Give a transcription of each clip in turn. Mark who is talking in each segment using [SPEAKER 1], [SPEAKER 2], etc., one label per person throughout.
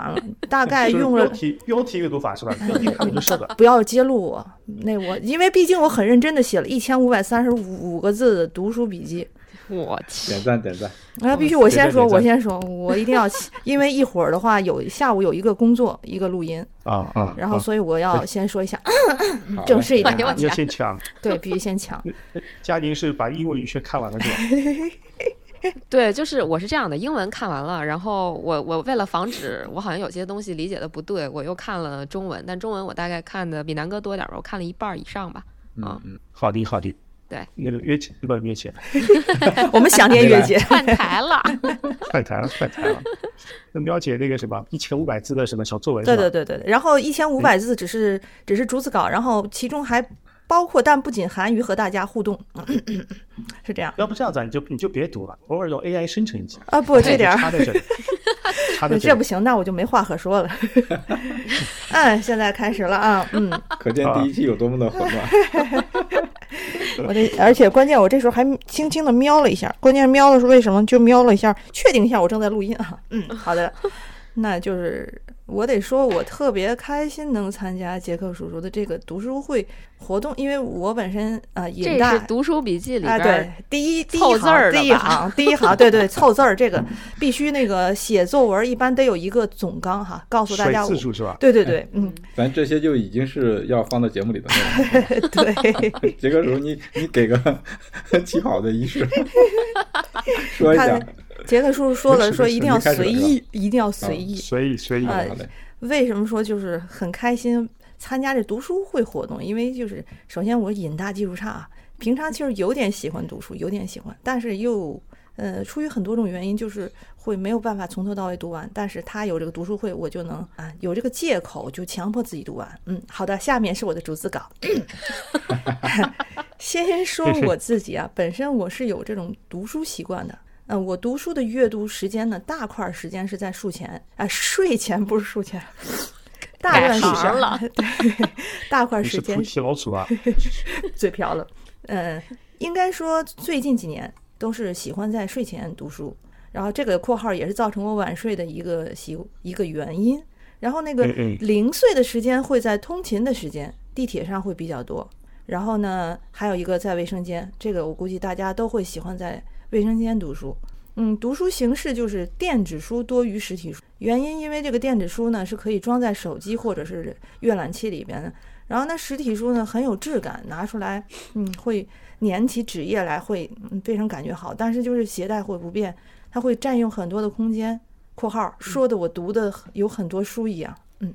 [SPEAKER 1] 完了，大概用了
[SPEAKER 2] 就是标题标题阅读法是吧？标题看了就是的。
[SPEAKER 1] 不要揭露我，那我因为毕竟我很认真的写了一千五百三十五五个字的读书笔记，
[SPEAKER 3] 我去，
[SPEAKER 4] 点赞点赞，
[SPEAKER 1] 啊，必须我先说，我先说，我一定要，因为一会儿的话有下午有一个工作，一个录音，
[SPEAKER 2] 啊啊！
[SPEAKER 1] 然后
[SPEAKER 2] 啊
[SPEAKER 1] 所以我要先说一下，
[SPEAKER 4] 好嘞
[SPEAKER 1] 正式一点
[SPEAKER 3] 哎呦
[SPEAKER 1] 啊
[SPEAKER 3] 我，
[SPEAKER 2] 你要先抢。
[SPEAKER 1] 对，必须先抢，
[SPEAKER 2] 嘉宁是把英文语学看完了是吧？
[SPEAKER 3] 对，就是我是这样的，英文看完了，然后我我为了防止我好像有些东西理解的不对，我又看了中文，但中文我大概看的比南哥多点儿吧，我看了一半儿以上吧。啊
[SPEAKER 4] 嗯嗯，
[SPEAKER 2] 好的，好的。
[SPEAKER 3] 对，
[SPEAKER 2] 那个约姐，不是约姐，
[SPEAKER 1] 我们想念月姐，
[SPEAKER 3] 换台了，
[SPEAKER 2] 快谈了，快谈了。 那喵姐那个什么一千五百字的什么小作文是
[SPEAKER 1] 对
[SPEAKER 2] 吧？
[SPEAKER 1] 对对对，对然后一千五百字只是只是逐字稿，然后其中还包括但不仅含于和大家互动， 是这样
[SPEAKER 2] 要不这样子啊，你就你就别读了，偶尔用 AI 生成一下。
[SPEAKER 1] 啊，不这点儿。
[SPEAKER 2] 插在 这里，插在
[SPEAKER 1] 这
[SPEAKER 2] 这
[SPEAKER 1] 不
[SPEAKER 2] 里。
[SPEAKER 1] 行，那我就没话可说了。 嗯，现在开始了啊， 嗯，
[SPEAKER 4] 可见第一期有多么的混 乱。
[SPEAKER 1] 我这而且关键我这时候还轻轻的瞄了一下，关键瞄的是为什么？就瞄了一下，确定一下我正在录音啊。 嗯，好的，那就是我得说，我特别开心能参加杰克叔叔的这个读书会活动，因为我本身啊、呃、
[SPEAKER 3] 这
[SPEAKER 1] 也
[SPEAKER 3] 是
[SPEAKER 1] 大。
[SPEAKER 3] 读书笔记里
[SPEAKER 1] 啊，
[SPEAKER 3] 边
[SPEAKER 1] 对
[SPEAKER 3] 儿，
[SPEAKER 1] 第一第一
[SPEAKER 3] 凑字
[SPEAKER 1] 行，
[SPEAKER 3] 儿的
[SPEAKER 1] 第一
[SPEAKER 3] 吧
[SPEAKER 1] 行，第一行，对 对，凑字儿这个必须那个写作文一般得有一个总纲哈，告诉大
[SPEAKER 2] 水
[SPEAKER 1] 家我
[SPEAKER 2] 字，数是哎吧？
[SPEAKER 1] 对对对，嗯，
[SPEAKER 4] 咱这些就已经是要放到节目里的内容了。
[SPEAKER 1] 对，
[SPEAKER 4] 杰克叔，你你给个 起跑的 仪式，说一
[SPEAKER 1] 他
[SPEAKER 4] 下。
[SPEAKER 1] 杰克叔叔说了，
[SPEAKER 4] 没事
[SPEAKER 1] 说
[SPEAKER 4] 没事
[SPEAKER 1] 一定要
[SPEAKER 4] 你开始吧啊
[SPEAKER 1] 随意，一定要随意。
[SPEAKER 2] 所以所以
[SPEAKER 1] 哎
[SPEAKER 4] 好嘞，
[SPEAKER 1] 为什么说就是很开心参加这读书会活动？因为就是首先我瘾大技术差，啊平常其实有点喜欢读书，有点喜欢，但是又呃出于很多种原因，就是会没有办法从头到尾读完。但是他有这个读书会，我就能啊有这个借口就强迫自己读完。嗯，好的，下面是我的逐字稿。 先说我自己啊，本身我是有这种读书习惯的。嗯、我读书的阅读时间呢，大块儿时间是在睡前，啊、睡前不是睡前，大
[SPEAKER 3] 改
[SPEAKER 1] 段时
[SPEAKER 3] 行
[SPEAKER 1] 间
[SPEAKER 3] 了，
[SPEAKER 1] 对，大块儿
[SPEAKER 2] 你
[SPEAKER 1] 时
[SPEAKER 2] 是
[SPEAKER 1] 间
[SPEAKER 2] 菩提老鼠啊？
[SPEAKER 1] 嘴瓢了。嗯，应该说最近几年都是喜欢在睡前读书，然后这个括号也是造成我晚睡的一个习一个原因。然后那个
[SPEAKER 2] 嗯嗯
[SPEAKER 1] 零碎的时间会在通勤的时间，地铁上会比较多。然后呢，还有一个在卫生间，这个我估计大家都会喜欢在卫生间读书。嗯，读书形式就是电子书多于实体书，原因因为这个电子书呢是可以装在手机或者是阅览器里边的，然后那实体书呢很有质感，拿出来，嗯，会粘起纸页来，会嗯非常感觉好，但是就是携带会不便，它会占用很多的空间。（括号说的我读的有很多书一样，嗯。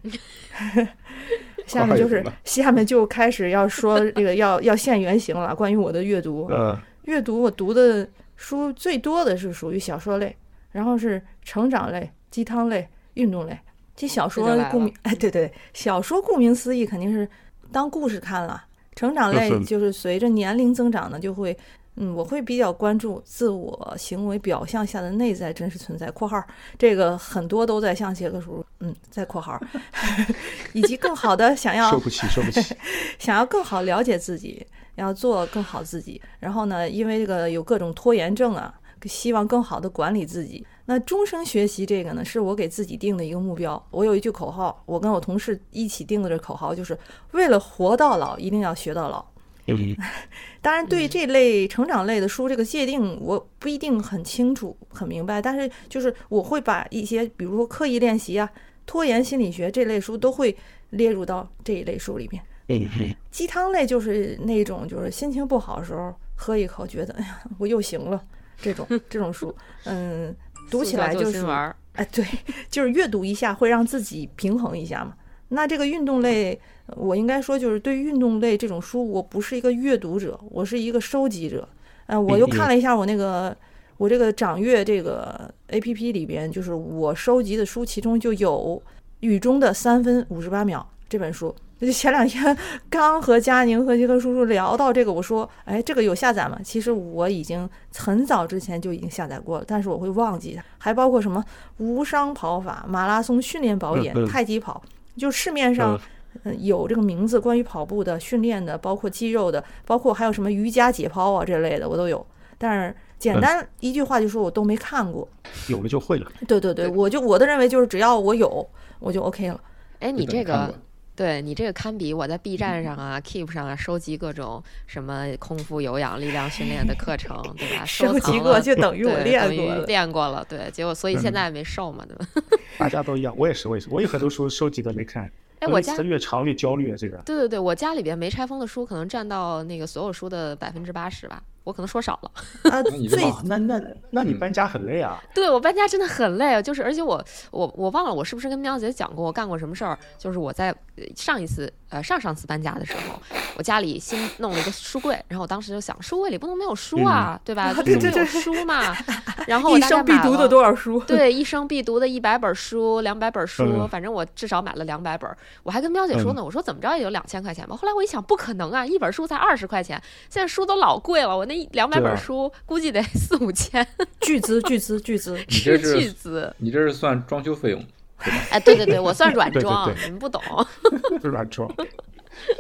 [SPEAKER 1] 下面就
[SPEAKER 4] 括号有
[SPEAKER 1] 是
[SPEAKER 4] 什么
[SPEAKER 1] 下面就开始要说这个要要现原形了，关于 我的阅读。
[SPEAKER 2] 呃，
[SPEAKER 1] 阅读我读的书最多的是属于小说类，然后是成长类、鸡汤类、运动类。这小
[SPEAKER 3] 这
[SPEAKER 1] 说
[SPEAKER 3] 就来
[SPEAKER 1] 顾
[SPEAKER 3] 了
[SPEAKER 1] 名哎，对对，小说顾名思义肯定是当故事看了。成长类
[SPEAKER 2] 就是
[SPEAKER 1] 就是随着年龄增长呢，就会，嗯，我会比较关注自我行为表象下的内在真实存在（括号这个很多都在向杰克叔），嗯，在括号， 以及更好的想要
[SPEAKER 2] 受不起，受不 起。
[SPEAKER 1] 想要更好了解自己，要做更好自己。然后呢，因为这个有各种拖延症啊，希望更好的管理自己。那终生学习这个呢，是我给自己定的一个目标。我有一句口号，我跟我同事一起定的这口号，就是为了活到老，一定要学到老。
[SPEAKER 2] 嗯
[SPEAKER 1] 当然，对这类成长类的书这个界定，我不一定很清楚、很明白，但是就是我会把一些，比如说刻意练习啊、拖延心理学这类书，都会列入到这一类书里面。
[SPEAKER 2] 嗯嗯
[SPEAKER 1] 鸡汤类就是那种就是心情不好的时候喝一口，觉得哎呀我又行了这种这种书，嗯， 读起来就
[SPEAKER 3] 就是玩儿，
[SPEAKER 1] 哎对，就是阅读一下会让自己平衡一下嘛。那这个运动类，我应该说就是对于运动类这种书，我不是一个阅读者，我是一个收集者。呃，我又看了一下我那个我这个掌阅这个 A P P 里边，就是我收集的书，其中就有《雨中的三分五十八秒》这本书。就前两天 刚和佳宁和杰克叔叔聊到这个，我说：“哎，这个有下载吗？”其实我已经很早之前就已经下载过了，但是我会忘记它。还包括什么无伤跑法、马拉松训练保
[SPEAKER 2] 嗯
[SPEAKER 1] 险、
[SPEAKER 2] 嗯
[SPEAKER 1] 太极跑，就市面上
[SPEAKER 2] 嗯
[SPEAKER 1] 呃有这个名字关于跑步的训练的，包括肌肉的，包括还有什么瑜伽解剖啊这类的，我都有。但是简单一句话就说我都没看过。
[SPEAKER 2] 有了就会了。
[SPEAKER 1] 对对对，我就我的认为就是只要我有，我就 OK 了。
[SPEAKER 3] 哎，你
[SPEAKER 4] 日本
[SPEAKER 3] 这个
[SPEAKER 4] 看过
[SPEAKER 3] 对你这个堪比我在 B 站上啊、Keep 上啊收集各种什么空腹有氧、力量训练的课程，对吧？收
[SPEAKER 1] 收
[SPEAKER 3] 藏
[SPEAKER 1] 集
[SPEAKER 3] 了
[SPEAKER 1] 过就等于我
[SPEAKER 3] 对
[SPEAKER 1] 练
[SPEAKER 3] 等于
[SPEAKER 1] 过了。
[SPEAKER 3] 练过了，对，结果所以现
[SPEAKER 2] 嗯
[SPEAKER 3] 在没瘦嘛， 对吧？
[SPEAKER 2] 大家都一样，我也是，我也是，我有很多书收集的没看。
[SPEAKER 3] 哎，
[SPEAKER 2] 尤
[SPEAKER 3] 我
[SPEAKER 2] 其
[SPEAKER 3] 家
[SPEAKER 2] 是越长越焦虑啊，这个。
[SPEAKER 3] 对对对，我家里边没拆封的书可能占到那个所有书的百分之八十吧，我可能说少了。
[SPEAKER 1] 啊，
[SPEAKER 4] 那你这
[SPEAKER 1] 最
[SPEAKER 4] 么
[SPEAKER 2] 啊，那那那你搬家很累啊，
[SPEAKER 3] 对我搬家真的很累，啊就是而且我我我忘了我是不是跟喵姐讲过我干过什么事儿，就是我在呃上一次呃上上次搬家的时候，我家里新弄了一个书柜，然后我当时就想书柜里不能没有书啊，对吧？
[SPEAKER 1] 啊
[SPEAKER 3] 就
[SPEAKER 1] 对
[SPEAKER 3] 总
[SPEAKER 1] 对
[SPEAKER 3] 得有
[SPEAKER 1] 对
[SPEAKER 3] 书 嘛。然后我
[SPEAKER 1] 一
[SPEAKER 3] 大概
[SPEAKER 1] 生必
[SPEAKER 3] 买
[SPEAKER 1] 读的
[SPEAKER 3] 了
[SPEAKER 1] 多少 书？
[SPEAKER 3] 对，一生必读的一百本书、两百本书，
[SPEAKER 2] 嗯
[SPEAKER 3] 反正我至少买了两百本儿。我还跟喵姐说呢，我说怎么着也有两千块钱吧。后来我一想，不可能啊，一本书才二十块钱，现在书都老贵了，我那两百
[SPEAKER 2] 对
[SPEAKER 3] 本
[SPEAKER 2] 啊
[SPEAKER 3] 书估计得四五千，
[SPEAKER 1] 巨资巨资巨资，
[SPEAKER 4] 你这
[SPEAKER 3] 吃巨
[SPEAKER 4] 是
[SPEAKER 3] 资。
[SPEAKER 4] 你这是算装修费用，
[SPEAKER 3] 哎，对对对，我算软
[SPEAKER 2] 对对
[SPEAKER 3] 装，
[SPEAKER 2] 对
[SPEAKER 3] 你们不懂。嗯
[SPEAKER 2] 就是软装。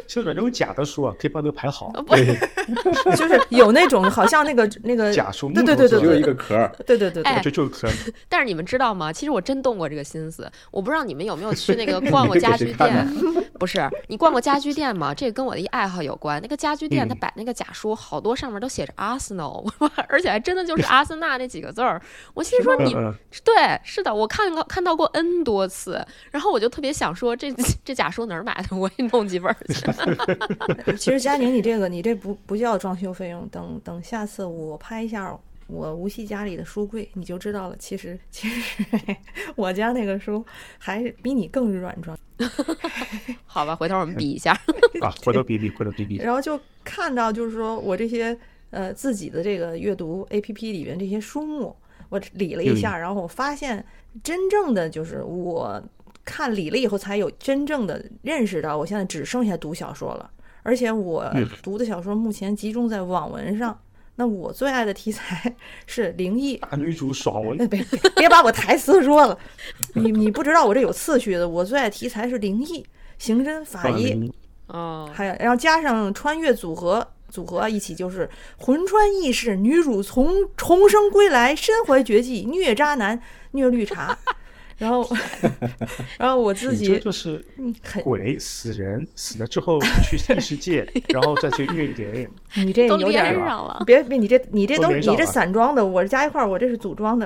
[SPEAKER 2] 其实软装有假的书啊，可以帮他排好。
[SPEAKER 3] 哦不
[SPEAKER 1] 就是 有那种好像那个那个
[SPEAKER 2] 假书啊
[SPEAKER 1] 对对
[SPEAKER 2] 木头
[SPEAKER 1] 对对
[SPEAKER 2] 做的
[SPEAKER 4] 只有
[SPEAKER 1] 对
[SPEAKER 4] 一个壳儿。
[SPEAKER 1] 对对对对
[SPEAKER 3] 哎，
[SPEAKER 2] 就就可
[SPEAKER 3] 但是你们知道吗？其实我真动过这个心思。我不知道你们有没有 去那个逛过
[SPEAKER 4] 你这
[SPEAKER 3] 家
[SPEAKER 4] 给
[SPEAKER 3] 具
[SPEAKER 4] 谁看
[SPEAKER 3] 店？不是，你逛过家具店吗？这跟我的一爱好有关。那个家具
[SPEAKER 2] 嗯
[SPEAKER 3] 店，它摆那个假书，好多上面都写着 Arsenal，而 且还真的就是阿森纳那几个字儿。我心说
[SPEAKER 2] 嗯
[SPEAKER 3] 你
[SPEAKER 2] 嗯，
[SPEAKER 3] 对，是的，我看到看到过 N 多次，然后我就特别想说，这 这假书哪儿买的？我也弄几本儿去。
[SPEAKER 1] 其实佳宁，你这个你这不不叫装修费用，等等下次我拍一下我无锡家里的书柜，你就知道了。其实其实 我家那个书还是比你更软装，
[SPEAKER 3] 好吧，回头我们比一 下。
[SPEAKER 2] 啊，回头比例，回头比例。
[SPEAKER 1] 然后就看到就是说我这些呃自己的这个阅读 A P P 里面这些书目，我理了
[SPEAKER 2] 嗯
[SPEAKER 1] 一下，然后我发现真正的就是我看理了以后才有真正的认识到，我现在只剩下读小说了，而且我
[SPEAKER 2] 嗯
[SPEAKER 1] 读的小说目前集中在网文上。那我最爱的题材 是灵异，
[SPEAKER 2] 大女主爽文
[SPEAKER 1] 哎别别别把我台词说了，你你不知道我这有次序的，我最爱题材是灵异、刑侦、
[SPEAKER 2] 啊
[SPEAKER 1] 法医，
[SPEAKER 2] 灵
[SPEAKER 3] 哦，
[SPEAKER 1] 还有，然后加上穿越组合组合一起，就是魂穿异世，女主重重生归来，身怀绝技，虐渣男，虐绿 茶。然后，然后我自
[SPEAKER 2] 你这
[SPEAKER 1] 己
[SPEAKER 2] 就是
[SPEAKER 1] 嗯很，
[SPEAKER 2] 鬼死人，死了之后去异世界， 然后再去虐人。
[SPEAKER 1] 你这
[SPEAKER 3] 都
[SPEAKER 1] 哎有点
[SPEAKER 3] 连
[SPEAKER 1] 儿，
[SPEAKER 3] 上了。
[SPEAKER 1] 别别，你这你这
[SPEAKER 2] 都
[SPEAKER 1] 都
[SPEAKER 2] 连
[SPEAKER 1] 你
[SPEAKER 2] 上
[SPEAKER 1] 这
[SPEAKER 2] 了
[SPEAKER 1] 散装的，我加一块儿，我这是组装 的，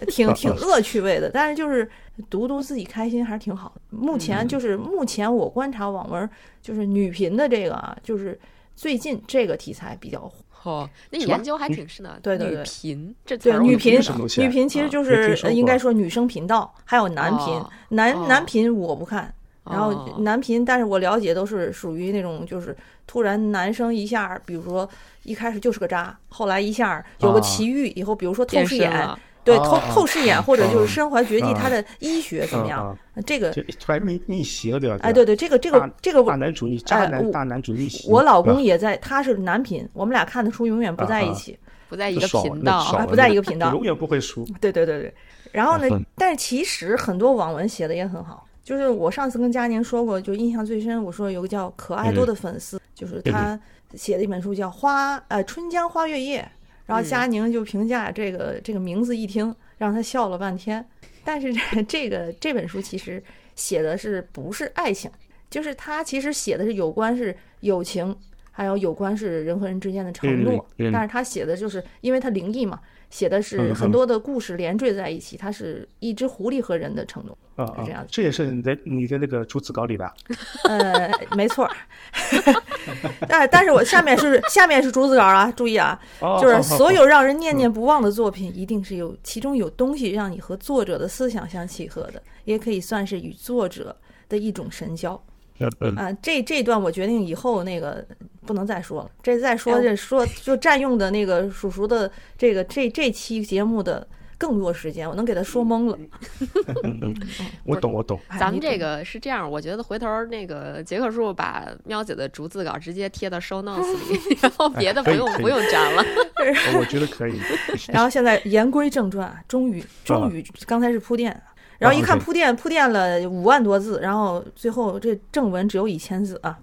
[SPEAKER 1] 呃挺挺乐趣味的。但是就是读读自己开心还是挺好的。目前
[SPEAKER 2] 嗯
[SPEAKER 1] 就是目前我观察网文，就是女频的这个啊，就是最近这个题材比较火。
[SPEAKER 3] 哦，那你
[SPEAKER 2] 什么
[SPEAKER 3] 研究还
[SPEAKER 2] 女
[SPEAKER 3] 挺深的。
[SPEAKER 1] 对对
[SPEAKER 3] 女
[SPEAKER 1] 对
[SPEAKER 3] 频这词
[SPEAKER 1] 对，
[SPEAKER 3] 儿我
[SPEAKER 1] 女
[SPEAKER 3] 都不
[SPEAKER 1] 频
[SPEAKER 3] 知
[SPEAKER 2] 什么
[SPEAKER 3] 道
[SPEAKER 2] 东西
[SPEAKER 1] 女频其
[SPEAKER 2] 啊
[SPEAKER 1] 实就
[SPEAKER 2] 没听
[SPEAKER 1] 是
[SPEAKER 2] 说
[SPEAKER 1] 呃应
[SPEAKER 2] 过
[SPEAKER 1] 该说女生频道，还有男频，
[SPEAKER 3] 哦
[SPEAKER 1] 男、
[SPEAKER 3] 哦
[SPEAKER 1] 男频我不看，然后
[SPEAKER 3] 哦
[SPEAKER 1] 男频，但是我了解都是属于那种就是突然男生一下儿，比如说一开始就是个渣，后来一下儿有个
[SPEAKER 2] 啊
[SPEAKER 1] 奇遇，以后比如说透
[SPEAKER 3] 变
[SPEAKER 1] 视
[SPEAKER 3] 身
[SPEAKER 1] 眼，
[SPEAKER 3] 了
[SPEAKER 1] 对
[SPEAKER 2] 啊
[SPEAKER 1] 透、
[SPEAKER 2] 啊
[SPEAKER 1] 透视眼或者就是
[SPEAKER 2] 啊
[SPEAKER 1] 身怀绝技，他
[SPEAKER 2] 啊
[SPEAKER 1] 的医学怎么样？
[SPEAKER 2] 啊
[SPEAKER 1] 这个
[SPEAKER 2] 这突然逆逆袭了，对吧？
[SPEAKER 1] 哎，对对，这个这个
[SPEAKER 2] 大
[SPEAKER 1] 这个
[SPEAKER 2] 大
[SPEAKER 1] 我
[SPEAKER 2] 男主义，渣
[SPEAKER 1] 哎我
[SPEAKER 2] 男大男主逆袭。
[SPEAKER 1] 我老
[SPEAKER 2] 对吧
[SPEAKER 1] 公也在，他是男频，我们俩看的书永远不
[SPEAKER 2] 啊
[SPEAKER 1] 在一
[SPEAKER 2] 啊
[SPEAKER 1] 起，
[SPEAKER 3] 不在一
[SPEAKER 2] 就
[SPEAKER 3] 个
[SPEAKER 2] 爽
[SPEAKER 3] 频
[SPEAKER 2] 那
[SPEAKER 3] 道。
[SPEAKER 2] 爽
[SPEAKER 1] 啊不
[SPEAKER 2] 文
[SPEAKER 1] 在
[SPEAKER 2] 就
[SPEAKER 1] 一个频道
[SPEAKER 2] 永远不会输。
[SPEAKER 1] 对对对对，然后呢
[SPEAKER 2] 嗯，
[SPEAKER 1] 但是其实很多网文写的也很好，就是我上次跟佳宁说过，就印象最深，我说有个叫可爱多的粉丝，就是他写的一本书叫《花》呃《春江花月夜》，然后佳宁就评价这个、这个名字一听让他笑了半天，但是这 这个这本书其实写的是不是爱情，就是他其实写的是有关是友情。还有有关是人和人之间的承诺，
[SPEAKER 2] 嗯嗯
[SPEAKER 1] 但是他写的就是，因为他灵异嘛，写的是
[SPEAKER 2] 嗯
[SPEAKER 1] 很多的故事连缀在一起，它是一只狐狸和人的承诺。
[SPEAKER 2] 啊
[SPEAKER 1] 嗯是这样
[SPEAKER 2] 啊
[SPEAKER 1] 子！
[SPEAKER 2] 这也是你的你的那个逐字稿里吧？
[SPEAKER 1] 呃，没错儿。 但但是我下面是下面是竹子稿啊，注意啊，
[SPEAKER 2] 哦
[SPEAKER 1] 就是
[SPEAKER 2] 哦
[SPEAKER 1] 所
[SPEAKER 2] 哦
[SPEAKER 1] 有让人念念不忘的作品，一定是有其中有东西让你和作者的思想相契合的，也可以算是与作者的一种神交
[SPEAKER 2] 嗯嗯
[SPEAKER 1] 啊。这这段我决定以后那个不能再说了，这再
[SPEAKER 3] 哎
[SPEAKER 1] 说
[SPEAKER 3] 我
[SPEAKER 1] 这说就占用的那个叔叔的这个这这期节目的更多时间，我能给他说懵了。
[SPEAKER 2] 嗯嗯，我懂我懂，
[SPEAKER 1] 哎
[SPEAKER 3] 咱们
[SPEAKER 1] 你
[SPEAKER 3] 这
[SPEAKER 1] 懂
[SPEAKER 3] 个是这样，我觉得回头儿那个杰克叔叔把喵姐的逐字稿直接贴到 show notes 里，然后别的不
[SPEAKER 2] 哎可以
[SPEAKER 3] 用
[SPEAKER 2] 可以
[SPEAKER 3] 不用粘了。
[SPEAKER 2] 我觉得 可以。
[SPEAKER 1] 然后现在言归正传啊，终于终于，刚才是铺垫啊，然后一看
[SPEAKER 2] 啊，OK
[SPEAKER 1] 铺垫铺垫了五万多字，然后最后这正文只有一千字啊。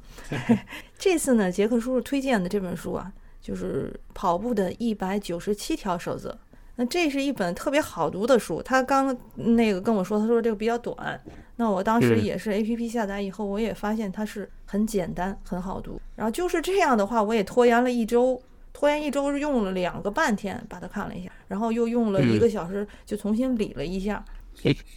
[SPEAKER 1] 这次呢，杰克叔叔推荐的这本书啊，就是跑步的一百九十七条守则。那这是一本特别好读的书，他刚那个跟我说，他说这个比较短。那我当时
[SPEAKER 2] 嗯
[SPEAKER 1] 也是 A P P 下载以后，我也发现它是很简单、很好读。然后就是这样的话，我也拖延了一周，拖延一周是用了两个半天把它看了一下，然后又用了一个小时就重新理了一下。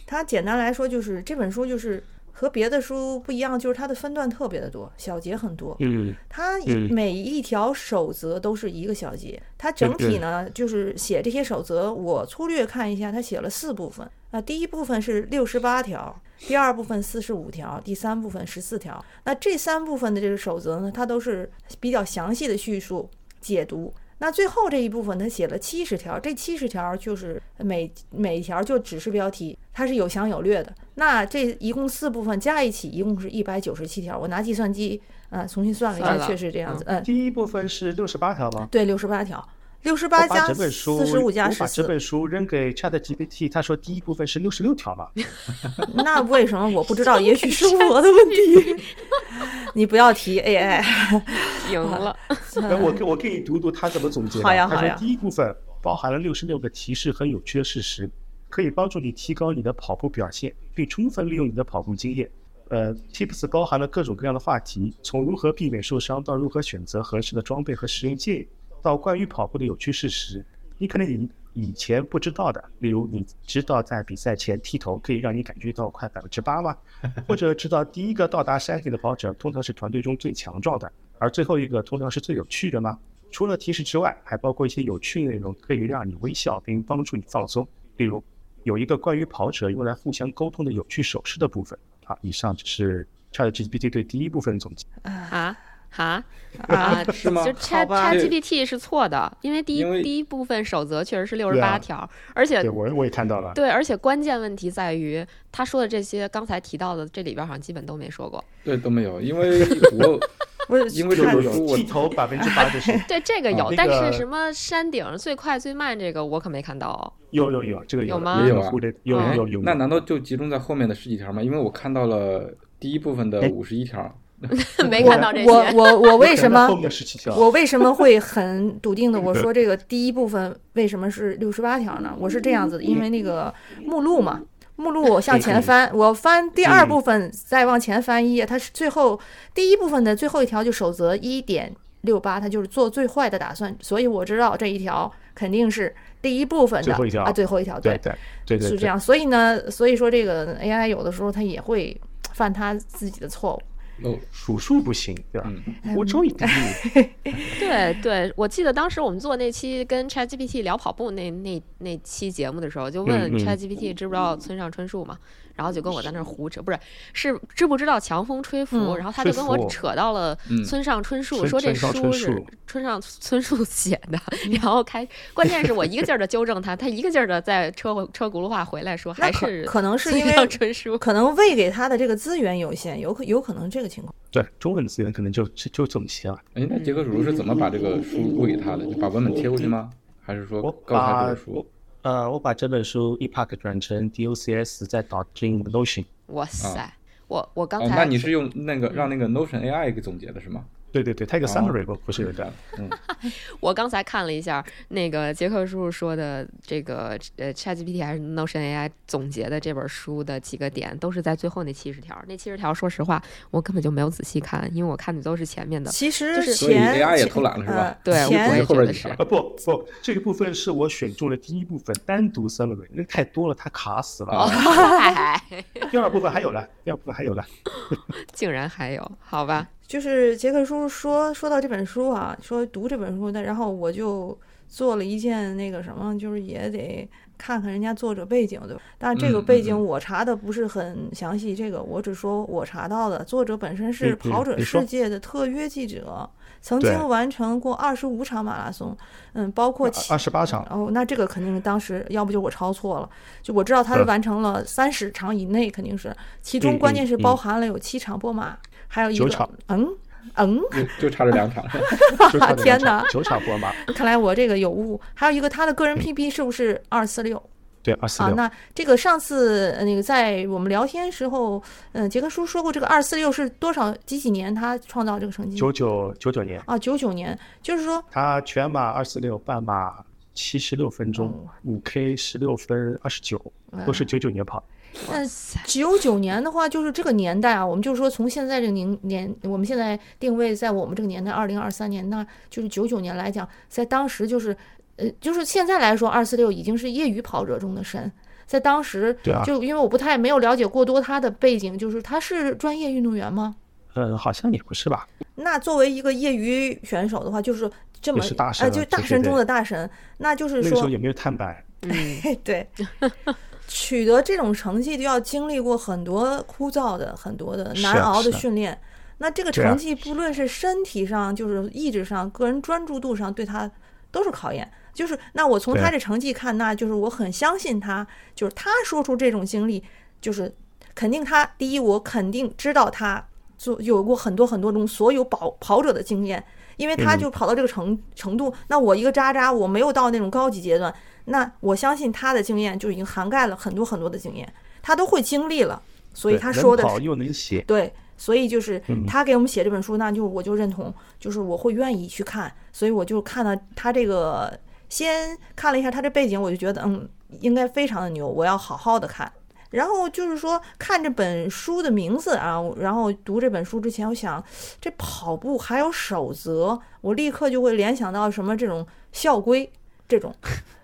[SPEAKER 1] 它简单来说就是这本书就是和别的书不一样，就是它的分段特别的多，小节很多。
[SPEAKER 2] 嗯
[SPEAKER 1] 它一
[SPEAKER 2] 嗯
[SPEAKER 1] 每一条守则都是一个小节，它整体呢就是写这些守则，我粗略看一下，它写了四部分。那第一部分是六十八条，第二部分四十五条，第三部分十四条。那这三部分的这个守则呢，它都是比较详细的叙述解读。那最后这一部分，它写了七十条，这七十条就是每每一条就只是标题，它是有详有略的。那这一共四部分加一起，一共是一百九十七条。我拿计算机啊、重新算了一
[SPEAKER 3] 算
[SPEAKER 1] 下，
[SPEAKER 3] 了
[SPEAKER 1] 确实这样子。嗯，
[SPEAKER 2] 第一部分是六十八条吧？
[SPEAKER 1] 对，六十八条，六十
[SPEAKER 2] 我
[SPEAKER 1] 八
[SPEAKER 2] 把
[SPEAKER 1] 加
[SPEAKER 2] 这本书，
[SPEAKER 1] 四十五加
[SPEAKER 2] 我
[SPEAKER 1] 十
[SPEAKER 2] 把这
[SPEAKER 1] 四，
[SPEAKER 2] 本书扔给 Chat GPT，他说第一部分是六十六条嘛？
[SPEAKER 1] 那为什么我不知道？也许是我的问题。 你不要提哎 AI。
[SPEAKER 3] 赢了。
[SPEAKER 2] 然哎后我给我给你读读他怎么总结的。
[SPEAKER 1] 好呀好
[SPEAKER 2] 他
[SPEAKER 1] 呀
[SPEAKER 2] 说第一部分包含了六十六个提示和有趣的事实，可以帮助你提高你的跑步表现，并充分利用你的跑步经验。呃，Tips 包含了各种各样的话题，从如何避免受伤到如何选择合适的装备和使用建议，到关于跑步的有趣事实，你可能以以前不知道的，例如你知道在比赛前剃头可以让你感觉到快百分之八吗？ 或者知道第一个到达山顶的跑者通常是团队中最强壮的，而最后一个通常是最有趣的吗？除了提示之外，还包括一些有趣内容可以让你微笑并帮助你放松，例如有一个关于跑者用来互相沟通的有趣手势的部分。啊，以上只是 ChatGPT 对第一部分的总结。
[SPEAKER 3] 啊啊
[SPEAKER 1] 啊
[SPEAKER 3] 啊！
[SPEAKER 4] 是吗
[SPEAKER 3] 就
[SPEAKER 1] 好
[SPEAKER 3] Chat
[SPEAKER 1] 吧
[SPEAKER 3] Chat GPT 是错的，因为第一
[SPEAKER 4] 因为
[SPEAKER 3] 第一部分守则确实是六十
[SPEAKER 2] 对
[SPEAKER 3] 八
[SPEAKER 2] 啊
[SPEAKER 3] 条，而且
[SPEAKER 2] 对，我我也看到了。
[SPEAKER 3] 对，而且关键问题在于他说的这些刚才提到的，这里边好像基本都没说过。
[SPEAKER 4] 对都没有，因为 我
[SPEAKER 1] 不是
[SPEAKER 4] 因为这
[SPEAKER 1] 看
[SPEAKER 4] 本书我
[SPEAKER 2] 剃头百分之八就是
[SPEAKER 3] 对，这个
[SPEAKER 2] 啊
[SPEAKER 3] 有，
[SPEAKER 2] 那
[SPEAKER 3] 但
[SPEAKER 2] 个
[SPEAKER 3] 是什么山顶最快最慢这个我可没看到哦。
[SPEAKER 2] 有有有，这个
[SPEAKER 3] 有
[SPEAKER 2] 的
[SPEAKER 3] 吗
[SPEAKER 2] 也
[SPEAKER 4] 也有啊
[SPEAKER 2] 忽略，有
[SPEAKER 3] 哎
[SPEAKER 2] 有有有。
[SPEAKER 4] 那难道就集中在后面的十几条吗？因为我看到了第一部分的
[SPEAKER 2] 哎
[SPEAKER 4] 五十一条，
[SPEAKER 3] 没看到这
[SPEAKER 1] 我
[SPEAKER 3] 些。
[SPEAKER 1] 我我为
[SPEAKER 2] 可
[SPEAKER 1] 什
[SPEAKER 2] 能在
[SPEAKER 1] 么
[SPEAKER 2] 后面十七条？
[SPEAKER 1] 我为什么会很笃定的我说这个第一部分为什么是六十八条呢？我是这样子的，因为那个目录嘛，目录我向前翻，我翻第
[SPEAKER 2] 嗯
[SPEAKER 1] 二部分，再往前翻一页，它是最后第一部分的最后一条就守则一点六八，它就是做最坏的打算，所以我知道这一条肯定是第一部分的
[SPEAKER 2] 最后一条
[SPEAKER 1] 啊，最后一条
[SPEAKER 2] 对对对对，
[SPEAKER 1] 是这
[SPEAKER 2] 对。
[SPEAKER 1] 样。所以呢，所以说这个 AI 有的时候它也会犯它自己的错误。
[SPEAKER 4] 哦，
[SPEAKER 2] 数数不行，对吧？
[SPEAKER 1] 嗯
[SPEAKER 2] 我终于第一，
[SPEAKER 3] 对对，我记得当时我们做那期跟 ChatGPT 聊跑步那那那期节目的时候，就问
[SPEAKER 2] 嗯嗯
[SPEAKER 3] ChatGPT 知不知道村上春树嘛，然后就跟我在那儿胡扯，不是是知不知道强风吹拂，
[SPEAKER 1] 嗯
[SPEAKER 3] 然后他就
[SPEAKER 2] 吹
[SPEAKER 3] 跟
[SPEAKER 2] 拂
[SPEAKER 3] 我扯到了
[SPEAKER 4] 嗯
[SPEAKER 3] 村上春树，
[SPEAKER 2] 村
[SPEAKER 3] 说这
[SPEAKER 2] 村上
[SPEAKER 3] 书
[SPEAKER 2] 春
[SPEAKER 3] 是
[SPEAKER 2] 树
[SPEAKER 3] 村上春树写的，
[SPEAKER 1] 嗯
[SPEAKER 3] 然后开，关键是我一个劲儿的纠正他，他一个劲儿的在车回车轱辘话回来说
[SPEAKER 1] 那
[SPEAKER 3] 还
[SPEAKER 1] 可
[SPEAKER 3] 是
[SPEAKER 1] 可能是
[SPEAKER 3] 村
[SPEAKER 1] 因为
[SPEAKER 3] 上春树。
[SPEAKER 1] 可能喂给他的这个资源有限，有可有可能这个情况。
[SPEAKER 2] 对中文的资源可能就就就这么些了。
[SPEAKER 4] 哎，那杰
[SPEAKER 1] 嗯
[SPEAKER 4] 克叔叔是怎么把这个书喂给他的？就把文本贴过去吗？还是说
[SPEAKER 2] 我
[SPEAKER 4] 告诉他这
[SPEAKER 2] 把
[SPEAKER 4] 个
[SPEAKER 2] 我
[SPEAKER 4] 书？
[SPEAKER 2] 呃，我把这本书 ePub 转成 DOCS，再导进 Notion。
[SPEAKER 3] 哇塞，我我刚
[SPEAKER 4] 哦，
[SPEAKER 3] 才
[SPEAKER 4] 那你是用那
[SPEAKER 1] 嗯
[SPEAKER 4] 个让那个 Notion AI 给总结的是吗？
[SPEAKER 2] 对对对，它有个 summary 不不是有一个？
[SPEAKER 4] 嗯，
[SPEAKER 3] 我刚才看了一下那个杰克叔叔说的这个呃 ChatGPT 还是 Notion AI 总结的这本书的几个点，都是在最后那七十条。那七十条，说实话，我根本就没有仔细看，因为我看的都是前面的。
[SPEAKER 1] 其
[SPEAKER 3] 就
[SPEAKER 1] 实
[SPEAKER 3] 是
[SPEAKER 4] 所以
[SPEAKER 1] 前
[SPEAKER 4] AI 也
[SPEAKER 1] 前
[SPEAKER 4] 偷懒了是吧
[SPEAKER 1] 呃
[SPEAKER 3] 对，我
[SPEAKER 4] 不
[SPEAKER 3] 也
[SPEAKER 4] 是
[SPEAKER 1] 前
[SPEAKER 3] 觉
[SPEAKER 4] 后
[SPEAKER 3] 得
[SPEAKER 4] 边几
[SPEAKER 3] 是
[SPEAKER 4] 条。
[SPEAKER 2] 啊不不，这个部分是我选中了第一部分单独 summary，那太多了，它卡死 了。
[SPEAKER 3] 哦嗨，
[SPEAKER 2] 第二部分还有了，第二部分还有了。
[SPEAKER 3] 竟然还有，好吧，
[SPEAKER 1] 嗯就是杰克叔叔说说到这本书啊，说读这本书的，然后我就做了一件那个什么，就是也得看看人家作者背景，对吧？但这个
[SPEAKER 4] 嗯嗯
[SPEAKER 1] 背景
[SPEAKER 4] 嗯
[SPEAKER 1] 我查的不是很详细，这个我只说我查到的，作者本身是
[SPEAKER 2] 嗯嗯
[SPEAKER 1] 跑者
[SPEAKER 2] 你说
[SPEAKER 1] 世界的特约记者，曾
[SPEAKER 2] 对
[SPEAKER 1] 经完成过二十五场马拉松，嗯，包
[SPEAKER 4] 啊
[SPEAKER 1] 括七
[SPEAKER 2] 二十 八场，
[SPEAKER 1] 哦，那这个肯定是当时，要不就我抄错了，就我知道他是
[SPEAKER 2] 嗯
[SPEAKER 1] 完成了三十场以内，肯定是，其中
[SPEAKER 2] 嗯
[SPEAKER 1] 关
[SPEAKER 2] 嗯
[SPEAKER 1] 键是包
[SPEAKER 2] 嗯
[SPEAKER 1] 含了有七场波马，还有一
[SPEAKER 2] 九
[SPEAKER 1] 个
[SPEAKER 2] 场
[SPEAKER 1] 嗯嗯，
[SPEAKER 4] 就就差这两场，
[SPEAKER 2] 就差这
[SPEAKER 1] 天
[SPEAKER 2] 两场
[SPEAKER 1] 哪
[SPEAKER 2] 九场播嘛。
[SPEAKER 1] 看来我这个有误，还有一个他的个人 PB 是不是二四六？
[SPEAKER 2] 对，二四
[SPEAKER 1] 啊，
[SPEAKER 2] 六。
[SPEAKER 1] 那这个上次呃那个在我们聊天时候，嗯，杰克叔说过，这个二四六是多少几几年他创造这个成绩？
[SPEAKER 2] 九九九九年，
[SPEAKER 1] 啊，九九年，就是说
[SPEAKER 2] 他全马二四六，半马七十六分钟，
[SPEAKER 1] 哦
[SPEAKER 2] 五 K 十六分二十九，都是九九年跑。
[SPEAKER 1] 那呃九九年的话，就是这个年代啊，我们就说从现在这个年年，我们现在定位在我们这个年代，二零二三年，那就是九九年来讲，在当时就是，呃，就是现在来说，二四六已经是业余跑者中的神。在当时
[SPEAKER 2] 对啊，
[SPEAKER 1] 就因为我不太没有了解过多他的背景，就是他是专业运动员吗？
[SPEAKER 2] 嗯，好像也不是吧？
[SPEAKER 1] 那作为一个业余选手的话，就是这么
[SPEAKER 2] 也是大神
[SPEAKER 1] 呃，
[SPEAKER 2] 了
[SPEAKER 1] 就
[SPEAKER 2] 对
[SPEAKER 1] 大
[SPEAKER 2] 对
[SPEAKER 1] 神
[SPEAKER 2] 对
[SPEAKER 1] 中的大神，那就是
[SPEAKER 2] 那个时
[SPEAKER 1] 说
[SPEAKER 2] 候也没有碳板，
[SPEAKER 3] 嗯，
[SPEAKER 1] 对，取得这种成绩就要经历过很多枯燥的、很多的
[SPEAKER 2] 是啊
[SPEAKER 1] 难熬的
[SPEAKER 2] 是啊
[SPEAKER 1] 训练。那这个
[SPEAKER 2] 对啊
[SPEAKER 1] 成绩，不论是身体上，就是意志上、个人专注度上，对他都是考验。就是那我从
[SPEAKER 2] 对
[SPEAKER 1] 他这成绩看，那就是我很相信他，就是他说出这种经历，就是肯定他第一，我肯定知道他做有过很多很多种所有跑跑者的经验，因为他
[SPEAKER 2] 嗯
[SPEAKER 1] 就跑到这个程、程度，那我一个渣渣，我没有到那种高级阶段，那我相信他的经验就已经涵盖了很多很多的经验，他都会经历了，所以
[SPEAKER 2] 对
[SPEAKER 1] 他
[SPEAKER 2] 能
[SPEAKER 1] 说的
[SPEAKER 2] 跑
[SPEAKER 1] 是
[SPEAKER 2] 又能写，
[SPEAKER 1] 对，所以就是
[SPEAKER 2] 嗯
[SPEAKER 1] 他给我们写这本书，那就我就认同，就是我会愿意去看，所以我就看了他这个，先看了一下他这背景，我就觉得嗯，应该非常的牛，我要好好的看。然后就是说，看这本书的名字啊，然后读这本书之前，我想这跑步还有守则，我立刻就会联想到什么这种校规这种，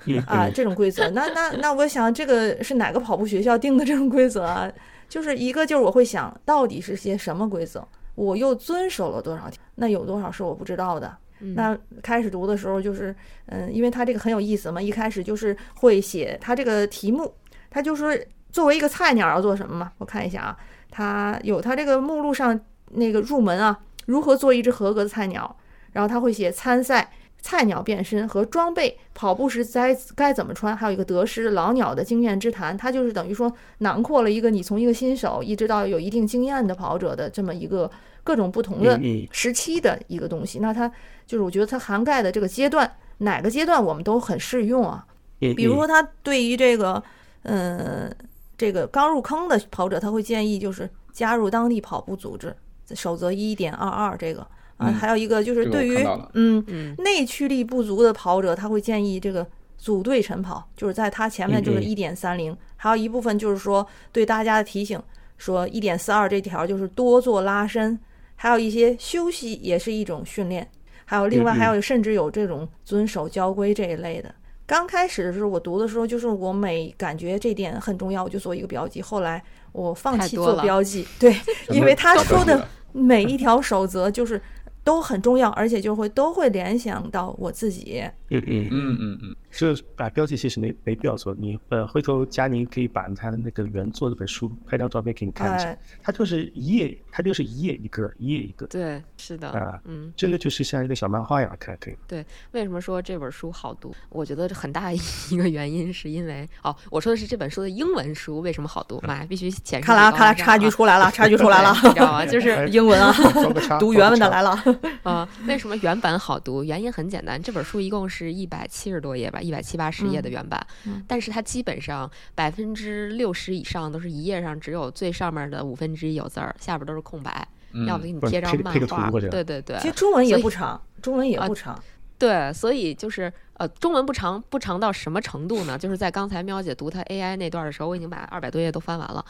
[SPEAKER 2] 嗯
[SPEAKER 1] 啊，这种规则。那那那，我想这个是哪个跑步学校定的这种规则啊？就是一个就是我会想，到底是些什么规则，我又遵守了多少条？那有多少是我不知道的？那开始读的时候就是，嗯，因为它这个很有意思嘛，一开始就是会写它这个题目，它就是作为一个菜鸟要做什么嘛？我看一下啊，它有它这个目录上那个入门啊，如何做一只合格的菜鸟，然后它会写参赛。菜鸟变身和装备，跑步时该该怎么穿，还有一个得失老鸟的经验之谈，它就是等于说囊括了一个你从一个新手一直到有一定经验的跑者的这么一个各种不同的
[SPEAKER 2] 嗯嗯
[SPEAKER 1] 时期的一个东西。那它就是我觉得它涵盖的这个阶段，哪个阶段我们都很适用啊。
[SPEAKER 2] 嗯
[SPEAKER 1] 比如
[SPEAKER 2] 嗯
[SPEAKER 1] 说，他对于这个，嗯，这个刚入坑的跑者，他会建议就是加入当地跑步组织，守则一点二二这个啊，
[SPEAKER 4] 嗯
[SPEAKER 1] 还有一个就是
[SPEAKER 4] 这个
[SPEAKER 1] 对
[SPEAKER 4] 我
[SPEAKER 1] 于
[SPEAKER 4] 看到了
[SPEAKER 1] 嗯
[SPEAKER 3] 嗯
[SPEAKER 1] 内驱力不足的跑者，他会建议这个组队晨跑，就是在他前面就是
[SPEAKER 2] 嗯嗯
[SPEAKER 1] 一点三零，还有一部分就是说对大家的提醒，说一点四二这条就是多做拉伸，还有一些休息也是一种训练，还有另外
[SPEAKER 2] 嗯嗯
[SPEAKER 1] 还有甚至有这种遵守交规这一类的。刚开始的时候，我读的时候，就是我每感觉这点很重要，我就做一个标记。后来我放
[SPEAKER 3] 太
[SPEAKER 1] 弃
[SPEAKER 3] 多
[SPEAKER 1] 做
[SPEAKER 3] 了
[SPEAKER 1] 标记，对， 因为他说
[SPEAKER 4] 什么都不记啊
[SPEAKER 1] 的
[SPEAKER 4] 得
[SPEAKER 1] 每一条守则就是都很重要，而且就会都会联想到我自己。
[SPEAKER 2] 嗯嗯，
[SPEAKER 4] 嗯嗯嗯，
[SPEAKER 2] 就是把标记其实没没必要做，你呃回头佳宁可以把他的那个原作的本书拍张照片给你看一下
[SPEAKER 1] 哎，
[SPEAKER 2] 他就是一页，他就是一页一个，一页一个，
[SPEAKER 3] 对，是的
[SPEAKER 2] 啊，
[SPEAKER 3] 嗯，
[SPEAKER 2] 真的就是像一个小漫画一样看，可以。
[SPEAKER 3] 对。为什么说这本书好读？我觉得很大一个原因是因为，哦，我说的是这本书的英文书为什么好读？妈呀，必须显示
[SPEAKER 1] 看了
[SPEAKER 4] 哎
[SPEAKER 1] 啊，
[SPEAKER 3] 你高
[SPEAKER 1] 看了，
[SPEAKER 3] 大上
[SPEAKER 1] 差距
[SPEAKER 3] 啊，
[SPEAKER 1] 出来了，差距出来了
[SPEAKER 3] 你知道 吗？就是
[SPEAKER 2] 哎
[SPEAKER 1] 英文啊
[SPEAKER 2] 装个叉，
[SPEAKER 1] 读原文的来
[SPEAKER 2] 了。
[SPEAKER 1] 了。
[SPEAKER 3] 啊、为什么原版好读？原因很简单，这本书一共是一百七十多页吧，一百七八十页的原版，
[SPEAKER 1] 嗯
[SPEAKER 3] 但是它基本上百分之六十以上都是一页上只有最上面的五分之一有字儿，下边都是空白，
[SPEAKER 4] 嗯
[SPEAKER 3] 要不给你
[SPEAKER 2] 不是
[SPEAKER 3] 贴张
[SPEAKER 2] 配个
[SPEAKER 3] 漫
[SPEAKER 2] 配个
[SPEAKER 3] 画，
[SPEAKER 2] 图或者
[SPEAKER 3] 对对对
[SPEAKER 1] 其实中文也
[SPEAKER 3] 所以
[SPEAKER 1] 不长，中文也
[SPEAKER 3] 啊
[SPEAKER 1] 不长。
[SPEAKER 3] 对，所以就是呃，中文不长不长到什么程度呢？就是在刚才喵姐读她 AI 那段的时候，我已经把二百多页都翻完了。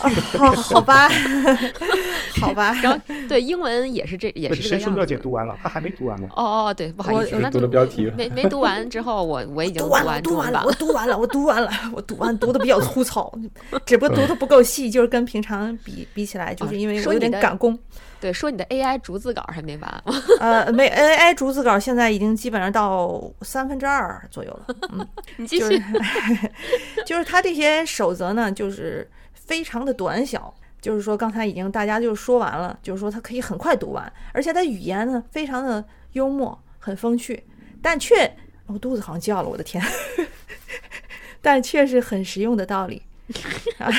[SPEAKER 1] 哦，好吧，好吧。
[SPEAKER 3] 然后对英文也是这也
[SPEAKER 2] 不
[SPEAKER 3] 是
[SPEAKER 2] 是
[SPEAKER 3] 这个
[SPEAKER 2] 谁说
[SPEAKER 3] 样
[SPEAKER 2] 妙
[SPEAKER 3] 子
[SPEAKER 2] 姐
[SPEAKER 3] 的。
[SPEAKER 2] 读完了？她还没读完呢。
[SPEAKER 3] 哦哦，对，不好意思，
[SPEAKER 1] 我
[SPEAKER 3] 那
[SPEAKER 4] 读了标题
[SPEAKER 3] 没没读完之后，我我已经
[SPEAKER 1] 读
[SPEAKER 3] 读
[SPEAKER 1] 完了，读
[SPEAKER 3] 中
[SPEAKER 1] 完
[SPEAKER 3] 文
[SPEAKER 1] 了
[SPEAKER 3] 版，
[SPEAKER 1] 我读完了，我读完了，我读完读的比较粗糙， 只不过读的不够细，就是跟平常比比起来，就是因为我
[SPEAKER 3] 哦说
[SPEAKER 1] 有
[SPEAKER 3] 你
[SPEAKER 1] 点
[SPEAKER 3] 的
[SPEAKER 1] 赶工。
[SPEAKER 3] 对，说你的 AI 逐字稿还没 完，
[SPEAKER 1] 呃，没 AI 逐字稿现在已经基本上到三分之二左右了，嗯，
[SPEAKER 3] 你继
[SPEAKER 1] 就
[SPEAKER 3] 续
[SPEAKER 1] 是。 就是它这些守则呢，就是非常的短小。就是说，刚才已经大家就说完了，就是说它可以很快读完，而且它语言呢非常的幽默，很风趣，但却我肚子好像叫了，我的天， 但却是很实用的道 理。啊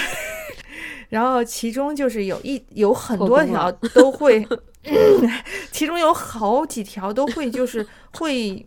[SPEAKER 1] 然后其中就是有一有很
[SPEAKER 3] 口
[SPEAKER 1] 多
[SPEAKER 3] 红
[SPEAKER 1] 条
[SPEAKER 3] 啊
[SPEAKER 1] 都会，其中有好几条都会就是会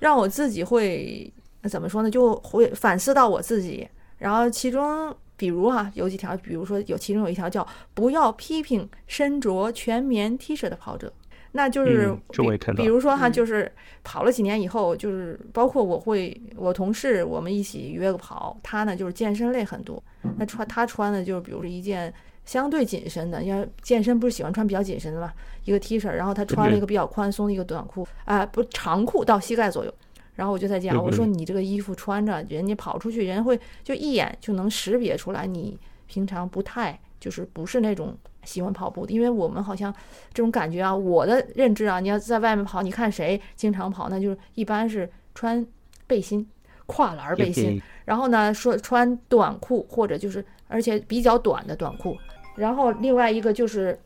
[SPEAKER 1] 让我自己会怎么说呢，就会反思到我自己。然后其中比如哈、有几条，比如说有其中有一条叫不要批评身着全棉 T 恤的跑者，那就是
[SPEAKER 5] 嗯这我也看到
[SPEAKER 1] 比如说哈，
[SPEAKER 3] 嗯
[SPEAKER 1] 就是跑了几年以后，就是包括我会，我同事我们一起约个跑，他呢就是健身类很多，那穿他穿的就是比如说一件相对紧身的，因为健身不是喜欢穿比较紧身的嘛，一个 T 恤，然后他穿了一个比较宽松的一个短裤，啊、不长裤到膝盖左右。然后我就在讲，
[SPEAKER 5] 嗯
[SPEAKER 1] 我说
[SPEAKER 5] 嗯
[SPEAKER 1] 你这个衣服穿着，人家跑出去，人会就一眼就能识别出来你平常不太就是不是那种喜欢跑步的，因为我们好像这种感觉啊，我的认知啊，你要在外面跑，你看谁经常跑，那就是一般是穿背心、跨栏背心，然后呢，说穿短裤或者就是而且比较短的短裤，然后另外一个就是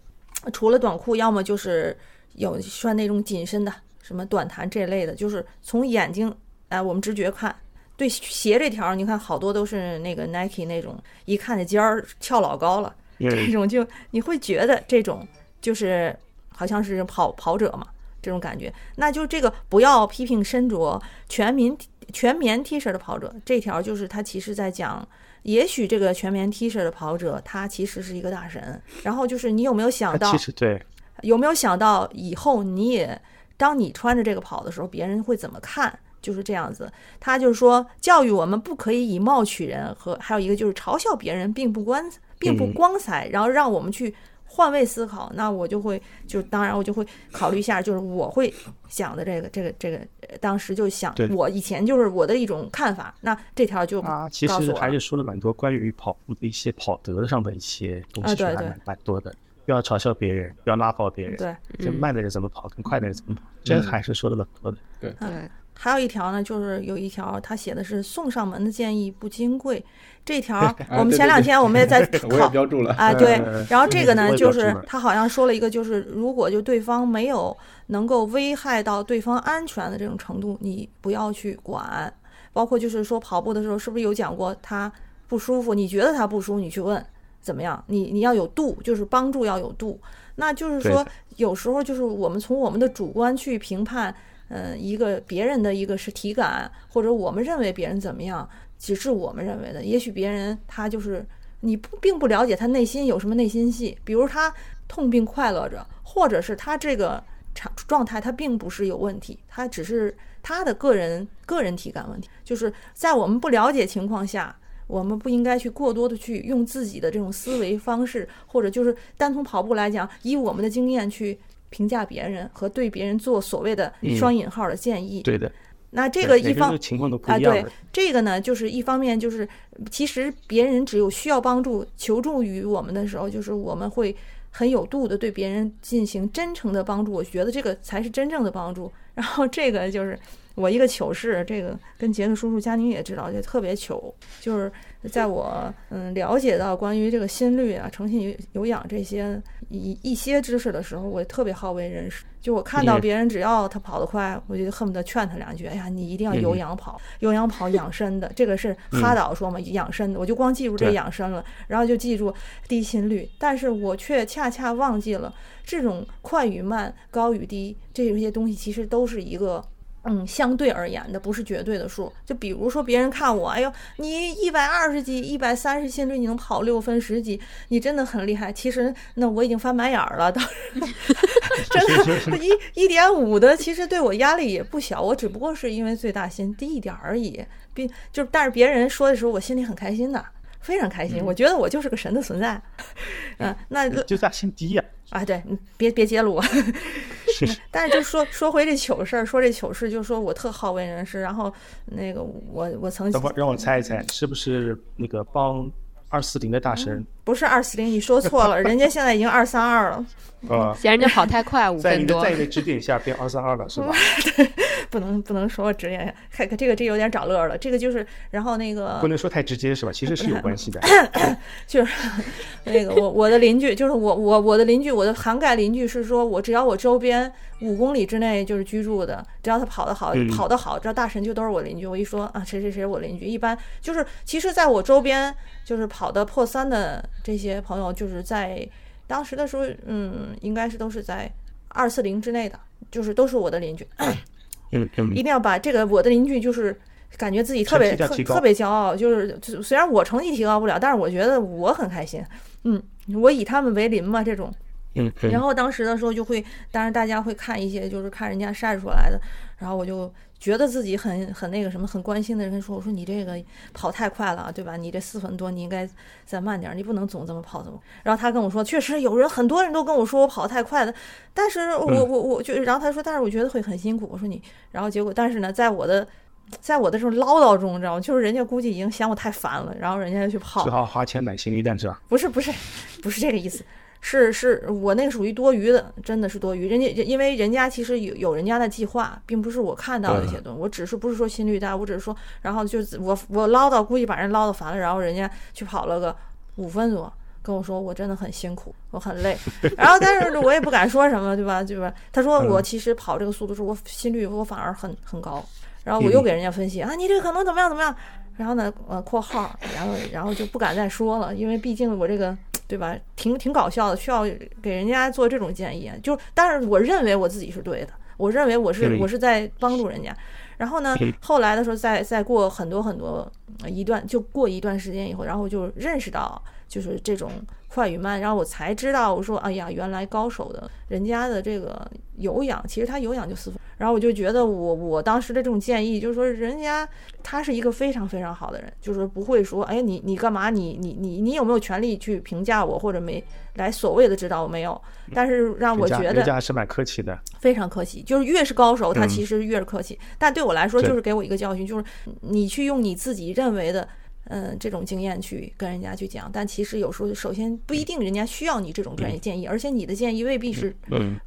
[SPEAKER 1] 呃除了短裤，要么就是有穿那种紧身的，什么短弹这类的，就是从眼睛哎、我们直觉看。对鞋这条儿，你看好多都是那个 Nike 那种，一看这尖儿翘老高了，这
[SPEAKER 5] 嗯，
[SPEAKER 1] 种就你会觉得这种就是好像是跑跑者嘛这种感觉，那就这个不要批评身着全民全棉 T 恤的跑者，这条就是他其实在讲，也许这个全棉 T 恤的跑者他其实是一个大神，然后就是你有没有想
[SPEAKER 5] 他
[SPEAKER 1] 到
[SPEAKER 5] 其实对，
[SPEAKER 1] 有没有想到以后你也当你穿着这个跑的时候，别人会怎么看？就是这样子，他就是说教育我们不可以以貌取人和，还有一个就是嘲笑别人并不光并不光彩，然后让我们去换位思考。那我就会就当然我就会考虑一下，就是我会想的这个这个这个，呃当时就想
[SPEAKER 5] 对
[SPEAKER 1] 我以前就是我的一种看法。那这条就
[SPEAKER 2] 啊
[SPEAKER 5] 他啊其
[SPEAKER 1] 告诉
[SPEAKER 5] 实
[SPEAKER 1] 我
[SPEAKER 5] 还
[SPEAKER 1] 了
[SPEAKER 5] 是说了蛮多关于跑步的一些跑德上的一些东
[SPEAKER 1] 啊
[SPEAKER 5] 西，
[SPEAKER 1] 对
[SPEAKER 5] 说得还
[SPEAKER 1] 对
[SPEAKER 5] 蛮蛮多的。不要嘲笑别人，不要拉爆别人。
[SPEAKER 1] 对，
[SPEAKER 5] 这
[SPEAKER 3] 嗯
[SPEAKER 5] 慢的人怎么跑，跟快的人怎么跑，
[SPEAKER 1] 嗯
[SPEAKER 5] 这还是说的蛮多的。
[SPEAKER 3] 对，
[SPEAKER 1] 还有一条呢，就是有一条他写的是送上门的建议不金贵，这条我们
[SPEAKER 4] 啊对
[SPEAKER 1] 前
[SPEAKER 4] 对
[SPEAKER 1] 两
[SPEAKER 4] 对
[SPEAKER 1] 天我们也在
[SPEAKER 4] 我也嗯
[SPEAKER 1] 考
[SPEAKER 4] 标注了。
[SPEAKER 1] 啊，对
[SPEAKER 5] 呃，
[SPEAKER 1] 然后这个
[SPEAKER 5] 我
[SPEAKER 1] 呢，
[SPEAKER 5] 也
[SPEAKER 1] 就
[SPEAKER 5] 标注
[SPEAKER 1] 是
[SPEAKER 5] 了
[SPEAKER 1] 他好像说了一个，就是如果就对方没有能够危害到对方安全的这种程度，你不要去管。包括就是说跑步的时候，是不是有讲过他不舒服？你觉得他不舒服，你去问怎么样？你你要有度，就是帮助要有度。那就是
[SPEAKER 5] 对
[SPEAKER 1] 说
[SPEAKER 5] 的，
[SPEAKER 1] 有时候就是我们从我们的主观去评判，嗯，一个别人的一个是体感，或者我们认为别人怎么样，只是我们认为的。也许别人他就是你不并不了解他内心有什么内心戏，比如他痛并快乐着，或者是他这个场状态他并不是有问题，他只是他的个人个人体感问题。就是在我们不了解情况下，我们不应该去过多的去用自己的这种思维方式，或者就是单从跑步来讲，以我们的经验去评价别人和对别人做所谓的
[SPEAKER 5] 嗯
[SPEAKER 1] 双引号的建议。
[SPEAKER 5] 对的，
[SPEAKER 1] 那这
[SPEAKER 5] 对
[SPEAKER 1] 个
[SPEAKER 5] 每
[SPEAKER 1] 一
[SPEAKER 5] 人
[SPEAKER 1] 方
[SPEAKER 5] 的情况都不
[SPEAKER 1] 啊，
[SPEAKER 5] 一样
[SPEAKER 1] 对
[SPEAKER 5] 的。
[SPEAKER 1] 这个呢，就是一方面就是，其实别人只有需要帮助、求助于我们的时候，就是我们会很有度的对别人进行真诚的帮助，我觉得这个才是真正的帮助。 然后这个就是我一个糗事，这个跟杰克叔叔、佳宁也知道，就特别糗，就是在我嗯了解到关于这个心率啊、诚信有有氧这些一一些知识的时候，我特别好为人师。就我看到
[SPEAKER 5] 嗯
[SPEAKER 1] 别人只要他跑得快，我就恨不得劝他两句：“哎呀，你一定要
[SPEAKER 5] 嗯
[SPEAKER 1] 有氧跑，有氧跑养生的。”这个是哈导说嘛，养生的，我就光记住这
[SPEAKER 5] 对
[SPEAKER 1] 养生了，然后就记住低心率，但是我却恰恰忘记了这种快与慢、高与低这些东西，其实都是一个。嗯，相对而言的，不是绝对的数。就比如说，别人看我，哎呦，你一百二十几、一百三十心率，你能跑六分十几，你真的很厉害。其实，那我已经翻白眼儿了，当时真 的，一一点五的，其实对我压力也不小。我只不过是因为最大心低一点儿而已，并就是，但是别人说的时候，我心里很开心的，非常开心。
[SPEAKER 5] 嗯
[SPEAKER 1] 我觉得我就是个神的存在。嗯、那
[SPEAKER 5] 就大心低呀，
[SPEAKER 1] 啊，对，你别别揭露我。
[SPEAKER 5] 是
[SPEAKER 1] 但是就说说回这糗事儿，说这糗事，就说我特好为人师，然后那个我我曾
[SPEAKER 5] 等会儿让我猜一猜，是不是那个帮二四零的大神
[SPEAKER 1] 不是二四零，你说错了，人家现在已经二三二了，
[SPEAKER 5] 啊，
[SPEAKER 3] 嫌人家跑太快，
[SPEAKER 1] 嗯
[SPEAKER 3] 五
[SPEAKER 5] 在你
[SPEAKER 3] 分
[SPEAKER 5] 的
[SPEAKER 3] 多
[SPEAKER 5] 在，你的指点下变二三二了，是吧？
[SPEAKER 1] 不能不能说我职业，看这个这有点找乐了，这个就是，然后那个
[SPEAKER 5] 不能说太直接，是吧？其实是有关 系的。
[SPEAKER 1] 就是那个我我的邻居，就是我我我的邻居，我的涵盖邻居是说我只要我周边五公里之内就是居住的，只要他跑得好，
[SPEAKER 5] 嗯
[SPEAKER 1] 跑得好，只要大神就都是我邻居。我一说啊谁谁谁我邻居，一般就是其实在我周边就是跑得破三的这些朋友，就是在当时的时候，嗯，应该是都是在二
[SPEAKER 6] 哎
[SPEAKER 1] 四零之内的，就是都是我的邻居。
[SPEAKER 5] 嗯嗯
[SPEAKER 1] 一定要把这个我的邻居就是感觉自己特别特特别骄傲，就是就虽然我成绩提高不了，但是我觉得我很开心，嗯，我以他们为邻嘛这种，
[SPEAKER 6] 嗯，
[SPEAKER 1] 然后当时的时候就会，当然大家会看一些就是看人家晒出来的，然后我就觉得自己很很那个什么，很关心的人说，我说你这个跑太快了，对吧？你这四分多，你应该再慢点，你不能总这么跑怎么？然后他跟我说，确实有人很多人都跟我说我跑太快了，但是我我我就，然后他说，但是我觉得会很辛苦，我说你，然后结果但是呢，在我的。在我的这种唠叨中，你知道吗？就是人家估计已经嫌我太烦了，然后人家去跑。
[SPEAKER 2] 只好花钱买行李蛋是
[SPEAKER 5] 啊
[SPEAKER 2] 吧？
[SPEAKER 1] 不是不是，不是这个意思，是是我那个属于多余的，真的是多余。人家因为人家其实有有人家的计划，并不是我看到的一些东西。我只是不是说心率大，我只是说，然后就我我唠叨，估计把人唠叨烦了，然后人家去跑了个五分多。跟我说我真的很辛苦，我很累，然后但是我也不敢说什么，对吧？对吧？他说我其实跑这个速度是我心率我反而很很高。然后我又给人家分析啊，你这个可能怎么样怎么样，然后呢，呃，括号，然后然后就不敢再说了，因为毕竟我这个对吧，挺挺搞笑的，需要给人家做这种建议，就但是我认为我自己是对的，我认为我是我是在帮助人家。然后呢，后来的时候再再过很多很多一段，就过一段时间以后，然后就认识到就是这种快与慢，然后我才知道我说哎呀，原来高手的人家的这个有氧，其实他有氧就四分。然后我就觉得我我当时的这种建议，就是说人家他是一个非常非常好的人，就是不会说，哎，你你干嘛？你你你你有没有权利去评价我，或者没来所谓的指导我没有？但是让我觉得
[SPEAKER 2] 人家还是蛮客气的，
[SPEAKER 1] 非常客气。就是越是高手，他其实越是客气。但对我来说，就是给我一个教训，就是你去用你自己认为的。嗯，这种经验去跟人家去讲，但其实有时候，首先不一定人家需要你这种专业建议，而且你的建议未必是，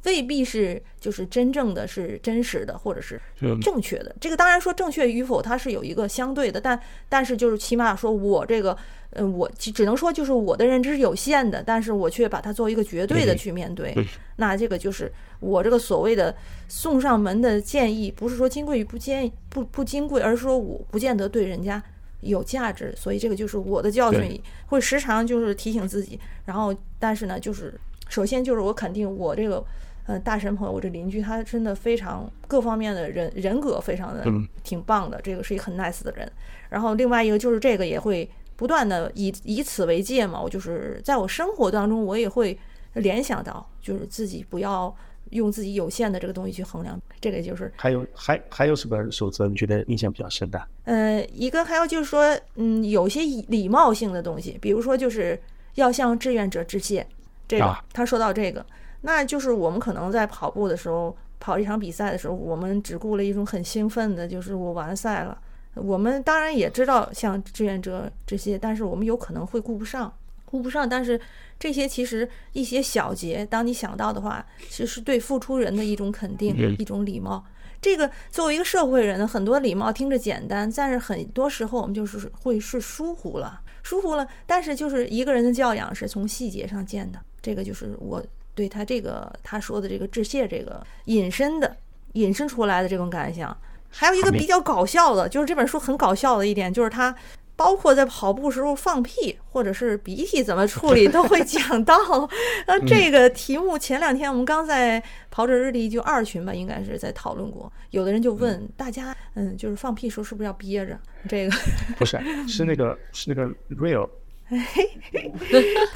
[SPEAKER 1] 未必是就是真正的是真实的，或者是
[SPEAKER 4] 嗯
[SPEAKER 1] 正确的。这个当然说正确与否，它是有一个相对的，但但是就是起码说我这个，呃，我只能说就是我的认知是有限的，但是我却把它作为一个绝对的去面对。那这个就是我这个所谓的送上门的建议，不是说金贵与不建不不金贵，而是说我不见得对人家。有价值，所以这个就是我的教训，会时常就是提醒自己。然后，但是呢，就是首先就是我肯定我这个，呃，大神朋友，我这邻居他真的非常各方面的人人格非常的挺棒的，这个是一个很 nice 的人。然后另外一个就是这个也会不断的以以此为戒嘛，我就是在我生活当中我也会联想到，就是自己不要。用自己有限的这个东西去衡量，这个就是
[SPEAKER 2] 还有还还有什么守则你觉得印象比较深的？
[SPEAKER 1] 呃，一个还有就是说，嗯，有些礼貌性的东西，比如说就是要向志愿者致谢，这个、
[SPEAKER 2] 啊、
[SPEAKER 1] 他说到这个，那就是我们可能在跑步的时候，跑一场比赛的时候，我们只顾了一种很兴奋的，就是我完赛了。我们当然也知道向志愿者致谢，但是我们有可能会顾不上。顾不上，但是这些其实一些小节，当你想到的话，其实是对付出人的一种肯定，一种礼貌。这个作为一个社会人，很多礼貌听着简单，但是很多时候我们就是会是疏忽了，疏忽了。但是就是一个人的教养是从细节上见的，这个就是我对他这个他说的这个致谢这个引申的引申出来的这种感想。还有一个比较搞笑的，就是这本书很搞笑的一点，就是他。包括在跑步时候放屁，或者是鼻涕怎么处理，都会讲到。 那这个题目前两天我们刚在跑者日历就二群吧，应该是在讨论过。有的人就问、嗯、大家，嗯，就是放屁时候是不是要憋着？ 这个
[SPEAKER 2] 不是，是那个是那个 real。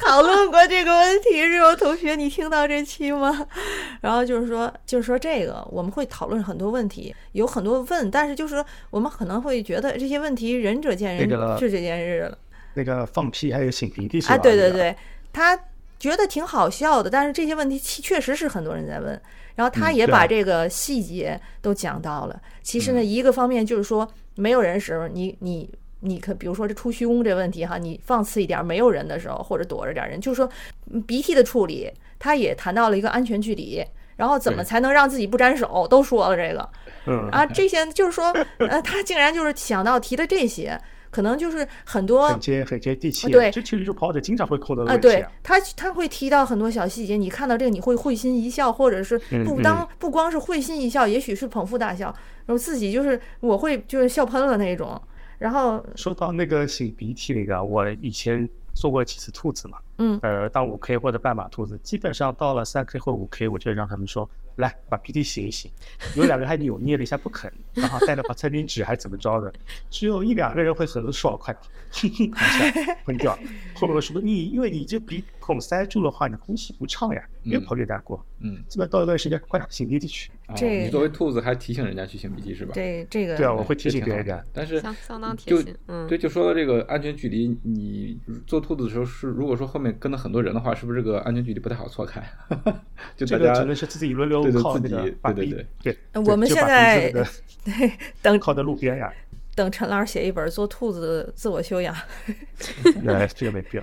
[SPEAKER 1] 讨论过这个问题，日游同学，你听到这期吗？ 然后就是说，就是说这个我们会讨论很多问题，有很多问，但是就是我们可能会觉得这些问题仁者见仁，智者见智了。
[SPEAKER 2] 那个放屁还有擤鼻涕
[SPEAKER 1] 啊，对对对，他觉得挺好笑的，但是这些问题确实是很多人在问，然后他也把这个细节都讲到了。
[SPEAKER 2] 嗯、
[SPEAKER 1] 其实呢，一个方面就是说，没有人时候，你你。你可比如说这出虚空这问题哈，你放肆一点，没有人的时候或者躲着点人，就是说嗯鼻涕的处理，他也谈到了一个安全距离，然后怎么才能让自己不沾手，都说了这个，
[SPEAKER 2] 嗯
[SPEAKER 1] 啊这些就是说，呃他竟然就是想到提的这些，可能就是很 多
[SPEAKER 2] 很接很接地气、啊，
[SPEAKER 1] 哦对，
[SPEAKER 2] 这其实是跑者经常会碰到的
[SPEAKER 1] 啊，
[SPEAKER 2] 啊
[SPEAKER 1] 对他他会提到很多小细节，你看到这个你会会心一笑，或者是
[SPEAKER 2] 嗯
[SPEAKER 1] 不当不光是会心一笑，也许是捧腹大笑，然后自己就是我会就是笑喷了那种。然后
[SPEAKER 2] 说到那个擤鼻涕那个，啊我以前做过几次兔子嘛，
[SPEAKER 1] 嗯，
[SPEAKER 2] 呃，当五 K 或者半马兔子，基本上到了三 K 或五 K，我就让他们说来把 PPT 写一写，有两个还扭捏了一下不肯，然后带了把餐巾纸还是怎么着的，只有一两个人会很爽快，嘿嘿，喷掉。后面我说你因为你这鼻孔塞住的话，你呼吸不畅呀，别跑给大过。
[SPEAKER 4] 嗯，
[SPEAKER 2] 基本到一段时间，快擤鼻涕去。
[SPEAKER 4] 哦
[SPEAKER 1] 这
[SPEAKER 4] 你作为兔子还提醒人家去擤鼻涕是吧？
[SPEAKER 1] 这这个
[SPEAKER 2] 对啊，我会提
[SPEAKER 4] 这
[SPEAKER 2] 醒
[SPEAKER 4] 挺
[SPEAKER 2] 别
[SPEAKER 4] 好
[SPEAKER 2] 人的
[SPEAKER 4] 的。但是
[SPEAKER 3] 相相当贴
[SPEAKER 4] 就
[SPEAKER 3] 心，嗯，
[SPEAKER 4] 对，就说到这个安全距离，你做兔子的时候是，如果说后面跟了很多人的话，是不是这个安全距离不太好错开？ 就
[SPEAKER 2] 这
[SPEAKER 4] 大
[SPEAKER 2] 个
[SPEAKER 4] 家
[SPEAKER 2] 只能是自己轮流
[SPEAKER 4] 对对
[SPEAKER 2] 靠
[SPEAKER 4] 自
[SPEAKER 2] 那
[SPEAKER 4] 己
[SPEAKER 2] 个
[SPEAKER 4] 对
[SPEAKER 2] 把
[SPEAKER 4] 对
[SPEAKER 2] 鼻
[SPEAKER 4] 对
[SPEAKER 2] 对，
[SPEAKER 1] 呃
[SPEAKER 2] 就
[SPEAKER 1] 我们
[SPEAKER 2] 就
[SPEAKER 1] 现
[SPEAKER 2] 把
[SPEAKER 1] 在
[SPEAKER 2] 鼻子那个
[SPEAKER 1] 等
[SPEAKER 2] 靠在路边 呀，
[SPEAKER 1] 等陈老师写一本做兔子自我修养，
[SPEAKER 2] 那哎这个没必要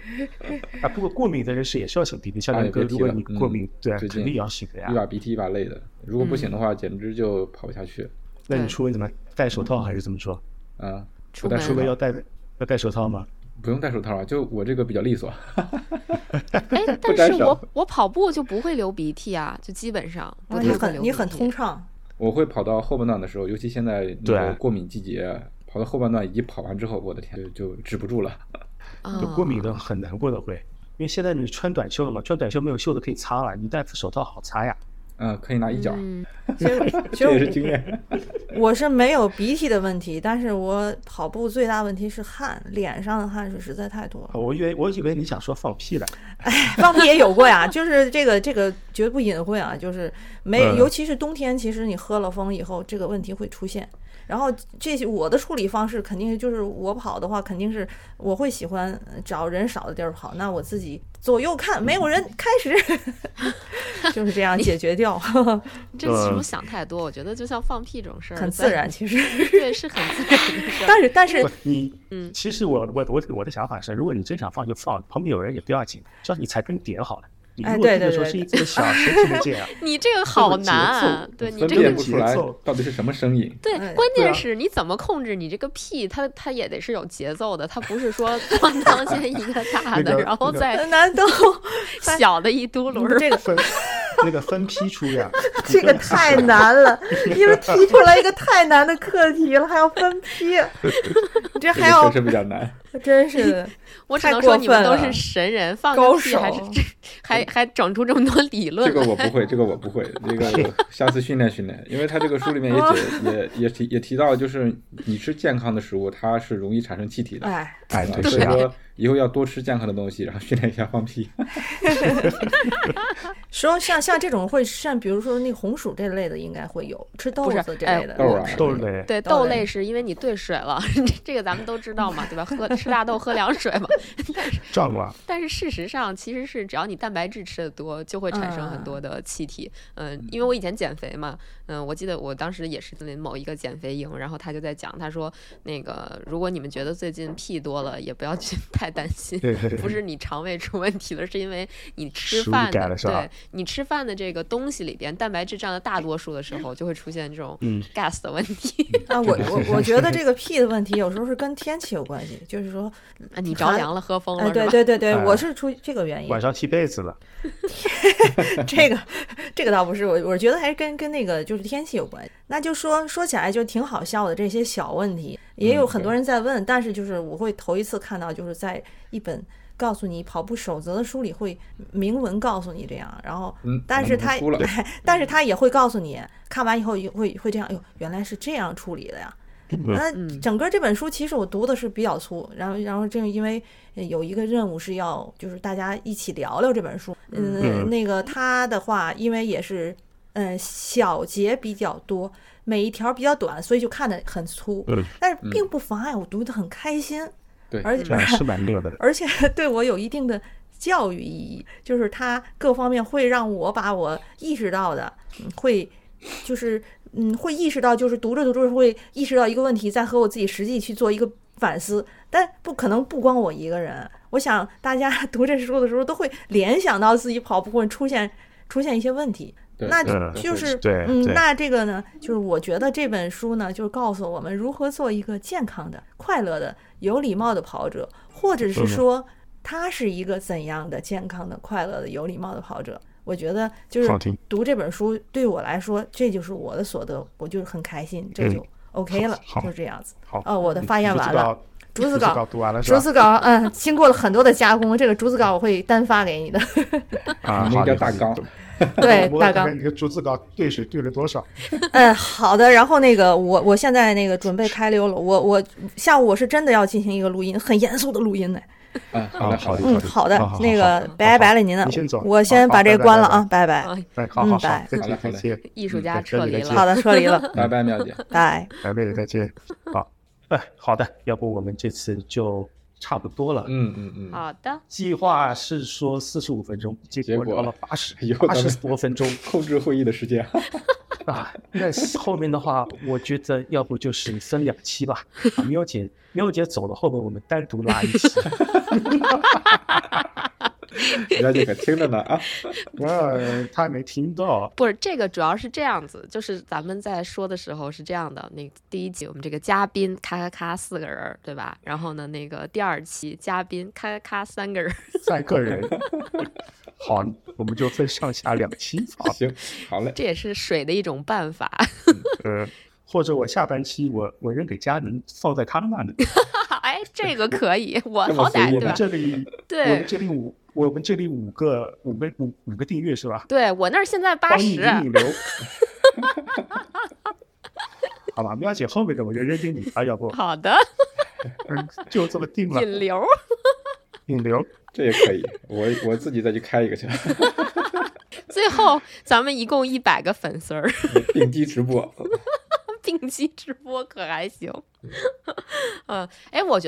[SPEAKER 2] 啊。不过过敏的人是也是要擤鼻涕，像
[SPEAKER 4] 啊
[SPEAKER 2] 那
[SPEAKER 4] 也
[SPEAKER 2] 个
[SPEAKER 4] 别
[SPEAKER 2] 如
[SPEAKER 4] 提
[SPEAKER 2] 果
[SPEAKER 4] 了
[SPEAKER 2] 你
[SPEAKER 4] 嗯
[SPEAKER 2] 过敏，对啊，
[SPEAKER 4] 最
[SPEAKER 2] 肯
[SPEAKER 4] 近
[SPEAKER 2] 定也要擤的呀
[SPEAKER 4] 一。把鼻涕一把泪的，如果不行的
[SPEAKER 1] 嗯
[SPEAKER 4] 话，简直就跑不下去
[SPEAKER 2] 那你出门怎么戴手套还是怎么说？
[SPEAKER 4] 啊！
[SPEAKER 3] 出
[SPEAKER 4] 不戴
[SPEAKER 3] 门
[SPEAKER 4] 手
[SPEAKER 2] 出门
[SPEAKER 4] 套
[SPEAKER 2] 要
[SPEAKER 1] 嗯
[SPEAKER 2] 戴要戴手套吗？
[SPEAKER 4] 不用戴手套啊，就我这个比较利索。
[SPEAKER 3] 哎，
[SPEAKER 4] 不
[SPEAKER 3] 但
[SPEAKER 4] 沾
[SPEAKER 3] 是
[SPEAKER 4] 手
[SPEAKER 3] 我我跑步就不会流鼻涕啊，就基本上不
[SPEAKER 1] 哇哦 你
[SPEAKER 3] 太会
[SPEAKER 1] 很
[SPEAKER 3] 流
[SPEAKER 1] 你
[SPEAKER 3] 鼻
[SPEAKER 1] 很
[SPEAKER 3] 涕啊
[SPEAKER 1] 通 畅，
[SPEAKER 4] 我会跑到后半段的时候，尤其现在那
[SPEAKER 2] 对
[SPEAKER 4] 个过敏季节，跑到后半段以及跑完之后，我的天，就就止不住了。
[SPEAKER 2] 就过敏
[SPEAKER 3] 嗯
[SPEAKER 2] 的很难过的会，因为现在你穿短袖了嘛，穿短袖没有袖子可以擦了，你戴副手套好擦呀。
[SPEAKER 4] 嗯，可以拿衣角，
[SPEAKER 3] 嗯，
[SPEAKER 1] 其实其
[SPEAKER 4] 这也是
[SPEAKER 1] 实
[SPEAKER 4] 经验。
[SPEAKER 1] 我是没有鼻涕的问题，但是我跑步最大问题是汗，脸上的汗水实在太多了。
[SPEAKER 2] 我以为我以为你想说放屁了，
[SPEAKER 1] 放屁也有过呀，就是这个这个绝不隐晦啊，就是没，
[SPEAKER 2] 嗯
[SPEAKER 1] 尤其是冬天，其实你喝了风以后，这个问题会出现。然后这些我的处理方式肯定就是我跑的话，肯定是我会喜欢呃找人少的地儿跑，那我自己左右看没有人，开始， 就是这样解决 掉，
[SPEAKER 3] 这其实想太多，我觉得就像放屁这种事儿，
[SPEAKER 1] 很
[SPEAKER 3] 在
[SPEAKER 1] 自然其实。
[SPEAKER 3] 对，是很自然的事儿。
[SPEAKER 1] 但是但 是
[SPEAKER 2] 不，你
[SPEAKER 3] 嗯
[SPEAKER 2] 其实我我我我的想法是，如果你真想放就放，旁边有人也不要紧，只要你踩准点好了。你
[SPEAKER 1] 哎
[SPEAKER 2] 如果
[SPEAKER 1] 对
[SPEAKER 2] 这个
[SPEAKER 1] 对
[SPEAKER 2] 时候
[SPEAKER 1] 对
[SPEAKER 2] 是一
[SPEAKER 1] 对
[SPEAKER 2] 个小谁听得见啊？
[SPEAKER 3] 你这个好难啊， 对你
[SPEAKER 4] 分
[SPEAKER 3] 这
[SPEAKER 4] 辨
[SPEAKER 3] 个
[SPEAKER 4] 不
[SPEAKER 2] 节
[SPEAKER 4] 出来
[SPEAKER 2] 奏
[SPEAKER 4] 到底是什么声音。
[SPEAKER 3] 对
[SPEAKER 1] 哎，
[SPEAKER 3] 关
[SPEAKER 2] 对啊
[SPEAKER 3] 键是你怎么控制你这个屁，它它也得是有节奏的，它不是说 咣当先一个大
[SPEAKER 2] 那
[SPEAKER 3] 的，
[SPEAKER 2] 个
[SPEAKER 3] 然后
[SPEAKER 2] 那个
[SPEAKER 3] 再
[SPEAKER 1] 难 道
[SPEAKER 3] 小的一嘟哎噜儿。
[SPEAKER 1] 这个
[SPEAKER 2] 分那个分批出 呀，
[SPEAKER 1] 这个太难了，你们提出来一个太难的课题了，还要分 批，这
[SPEAKER 4] 这
[SPEAKER 1] 还
[SPEAKER 4] 个
[SPEAKER 1] 要
[SPEAKER 4] 确实比较 难。
[SPEAKER 1] 真是的，
[SPEAKER 3] 我只
[SPEAKER 1] 太
[SPEAKER 3] 能说
[SPEAKER 1] 过
[SPEAKER 3] 你们
[SPEAKER 1] 分
[SPEAKER 3] 都
[SPEAKER 1] 了
[SPEAKER 3] 是神人，放
[SPEAKER 1] 高
[SPEAKER 3] 个屁还是
[SPEAKER 1] 手
[SPEAKER 3] 还还整出这么多理论
[SPEAKER 4] 这个
[SPEAKER 3] 来。
[SPEAKER 4] 我不会，这个我不会，这个 下次训练训练。因为他这个书里面也
[SPEAKER 3] 哦
[SPEAKER 4] 解也也提也提到，就是你吃健康的食物，它是容易产生气体的。
[SPEAKER 1] 哎，
[SPEAKER 2] 哎，
[SPEAKER 4] 啊
[SPEAKER 2] 对，
[SPEAKER 4] 所
[SPEAKER 2] 是
[SPEAKER 4] 以
[SPEAKER 2] 啊，
[SPEAKER 4] 说以后要多吃健康的东西，然后训练一下放屁。
[SPEAKER 1] 说像像这种会像比如说那红薯这类的应该会有，吃豆
[SPEAKER 3] 不是
[SPEAKER 1] 子这
[SPEAKER 3] 哎
[SPEAKER 1] 类的，
[SPEAKER 4] 豆儿啊，
[SPEAKER 2] 都是嘞。
[SPEAKER 3] 对
[SPEAKER 1] 豆
[SPEAKER 3] 豆
[SPEAKER 1] 类
[SPEAKER 3] 类是因为你兑水了，这个咱们都知道嘛，对吧？喝吃大豆喝凉水嘛。但是
[SPEAKER 2] 胀了，
[SPEAKER 3] 但是事实上，其实是只要你蛋白质吃的多，就会产生很多的气体。嗯、因为我以前减肥嘛，嗯、我记得我当时也是在某一个减肥营，然后他就在讲，他说那个如果你们觉得最近屁多了，也不要去 太担心，
[SPEAKER 2] 对对 对
[SPEAKER 3] 不是你肠胃出问题了，是因为你吃
[SPEAKER 2] 食物
[SPEAKER 3] 饭
[SPEAKER 2] 改
[SPEAKER 3] 的，
[SPEAKER 2] 了是吧
[SPEAKER 3] 对你吃饭的这个东西里边，蛋白质占了大多数的时候，就会出现这种
[SPEAKER 2] 嗯
[SPEAKER 3] gas 的问题。
[SPEAKER 1] 啊，我 我我觉得这个屁的问题有时候是跟天气有关系，就是说，
[SPEAKER 3] 啊你着凉了，喝风了，
[SPEAKER 1] 嗯哎，
[SPEAKER 3] 是
[SPEAKER 1] 对
[SPEAKER 3] 吧？
[SPEAKER 1] 对对对，
[SPEAKER 2] 哎
[SPEAKER 1] 我是出于这个原因
[SPEAKER 2] 晚，上踢被子了，
[SPEAKER 1] 这个这个倒不是，我我觉得还是跟跟那个就是天气有关系。那就说说起来就挺好笑的这些小问题，也有
[SPEAKER 4] 嗯
[SPEAKER 1] 很
[SPEAKER 4] 对
[SPEAKER 1] 多人在问，但是就是我会头一次看到，就是在一本告诉你跑步守则的书里会明文告诉你这样，然后
[SPEAKER 4] 嗯，
[SPEAKER 1] 但是他
[SPEAKER 4] 我们输了，
[SPEAKER 1] 但是他也会告诉你，看完以后也会会这样，哎呦，原来是这样处理的呀。那
[SPEAKER 3] 嗯
[SPEAKER 1] 整个这本书其实我读的是比较粗，然后然后正因为呃有一个任务是要就是大家一起聊聊这本书，嗯，
[SPEAKER 2] 嗯
[SPEAKER 1] 那个他的话因为也是嗯小节比较多，每一条比较短，所以就看得很粗，
[SPEAKER 2] 嗯
[SPEAKER 1] 但是并不妨碍我读得很开心，
[SPEAKER 4] 对
[SPEAKER 1] 而且
[SPEAKER 2] 这样是啊蛮溜的。
[SPEAKER 1] 而且 对我有一定的教育意义，就是它各方面会让我把我意识到的，嗯会就是嗯，会意识到，就是读着读着会意识到一个问题，再和我自己实际去做一个反思。但不可能不光我一个人，我想大家 读这书的时候都会联想到自己跑步会出现出现一些问题。
[SPEAKER 4] 对
[SPEAKER 1] 那
[SPEAKER 2] 嗯
[SPEAKER 1] 就是
[SPEAKER 2] 对
[SPEAKER 1] 嗯，
[SPEAKER 2] 对
[SPEAKER 1] 那这个呢，就是我觉得这本书呢，就是告诉我们如何做一个健康的、快乐的、有礼貌的跑者，或者是
[SPEAKER 2] 嗯
[SPEAKER 1] 说他是一个怎样的健康的、快乐的、有礼貌的跑者。我觉得就是
[SPEAKER 2] 放听
[SPEAKER 1] 读这本书对我来说，这就是我的所得，我就是很开心，这就 OK 了，
[SPEAKER 2] 嗯好
[SPEAKER 1] 就是这样子。
[SPEAKER 2] 好，嗯
[SPEAKER 1] 哦，我的发言
[SPEAKER 2] 竹
[SPEAKER 1] 完
[SPEAKER 2] 子
[SPEAKER 1] 了，
[SPEAKER 2] 稿，
[SPEAKER 1] 竹子
[SPEAKER 2] 稿
[SPEAKER 1] 稿，
[SPEAKER 2] 读完了是
[SPEAKER 1] 竹
[SPEAKER 2] 吧？
[SPEAKER 1] 子稿， 嗯，经过了很多的加工，这个竹子稿我会单发给你的。
[SPEAKER 2] 啊，
[SPEAKER 4] 你那
[SPEAKER 2] 好
[SPEAKER 4] 个
[SPEAKER 2] 的
[SPEAKER 4] 叫大
[SPEAKER 2] 好的
[SPEAKER 4] 纲
[SPEAKER 2] 懂
[SPEAKER 1] 对，大纲。
[SPEAKER 2] 你的逐字稿兑水兑了多少？
[SPEAKER 1] 嗯，好的。然后那个，我我现在那个准备开溜了。我我下午我是真的要进行一个录音，很严肃的录音呢。
[SPEAKER 4] 啊，好的，好的，
[SPEAKER 1] 嗯，好的。那个，拜
[SPEAKER 2] 拜
[SPEAKER 1] 了您了，
[SPEAKER 2] 先走。
[SPEAKER 1] 我先把这关了啊，拜拜。
[SPEAKER 2] 哎，好好
[SPEAKER 1] 拜，
[SPEAKER 2] 再见再见。
[SPEAKER 3] 艺术家撤离了，
[SPEAKER 1] 好的，撤离了。
[SPEAKER 4] 拜拜，妙姐。
[SPEAKER 1] 拜
[SPEAKER 2] 拜，妹妹再 见。好，哎，好的，要不我们这次就差不多了。
[SPEAKER 4] 嗯嗯嗯，
[SPEAKER 3] 好的。
[SPEAKER 2] 计划是说四十五分钟，
[SPEAKER 4] 结
[SPEAKER 2] 果
[SPEAKER 4] 到
[SPEAKER 2] 了八 十，
[SPEAKER 4] 八
[SPEAKER 2] 十多分钟，
[SPEAKER 4] 控制会议的时间。
[SPEAKER 2] 啊，那后面的话，我觉得要不就是分两期吧。啊、喵姐，喵姐走了，后面我们单独拉一 期。
[SPEAKER 4] 喵姐可听着呢啊！
[SPEAKER 2] 呃，她没听到。
[SPEAKER 3] 不是这个，主要是这样子，就是咱们在说的时候是这样的。那第一集我们这个嘉宾咔咔咔四个人，对吧？然后呢，那个第二期嘉宾咔咔咔三个人，
[SPEAKER 2] 三个 人。好，我们就分上下两期。好，
[SPEAKER 4] 行，好嘞。
[SPEAKER 3] 这也是水的一种办法。
[SPEAKER 2] 嗯、呃，或者我下半期我我扔给嘉玲，放在他们那里。
[SPEAKER 3] 哎，这个可以，我好歹
[SPEAKER 2] 我
[SPEAKER 3] 对吧？
[SPEAKER 2] 们这里，
[SPEAKER 3] 对，
[SPEAKER 2] 我们这里五，我们这里五个，五个五五个订阅是吧？
[SPEAKER 3] 对我那儿现在八十。
[SPEAKER 2] 引流。 好吧，喵姐后面的我就扔给你啊，要 不
[SPEAKER 3] 好的，
[SPEAKER 2] 嗯，就这么定了。
[SPEAKER 3] 引流，
[SPEAKER 2] 引流，
[SPEAKER 4] 这也可以，我我自己再去开一个去。
[SPEAKER 3] 最后咱们一共一百个粉丝儿，
[SPEAKER 4] 并机直播，
[SPEAKER 3] 并机直播可还行？嗯，哎，我觉得。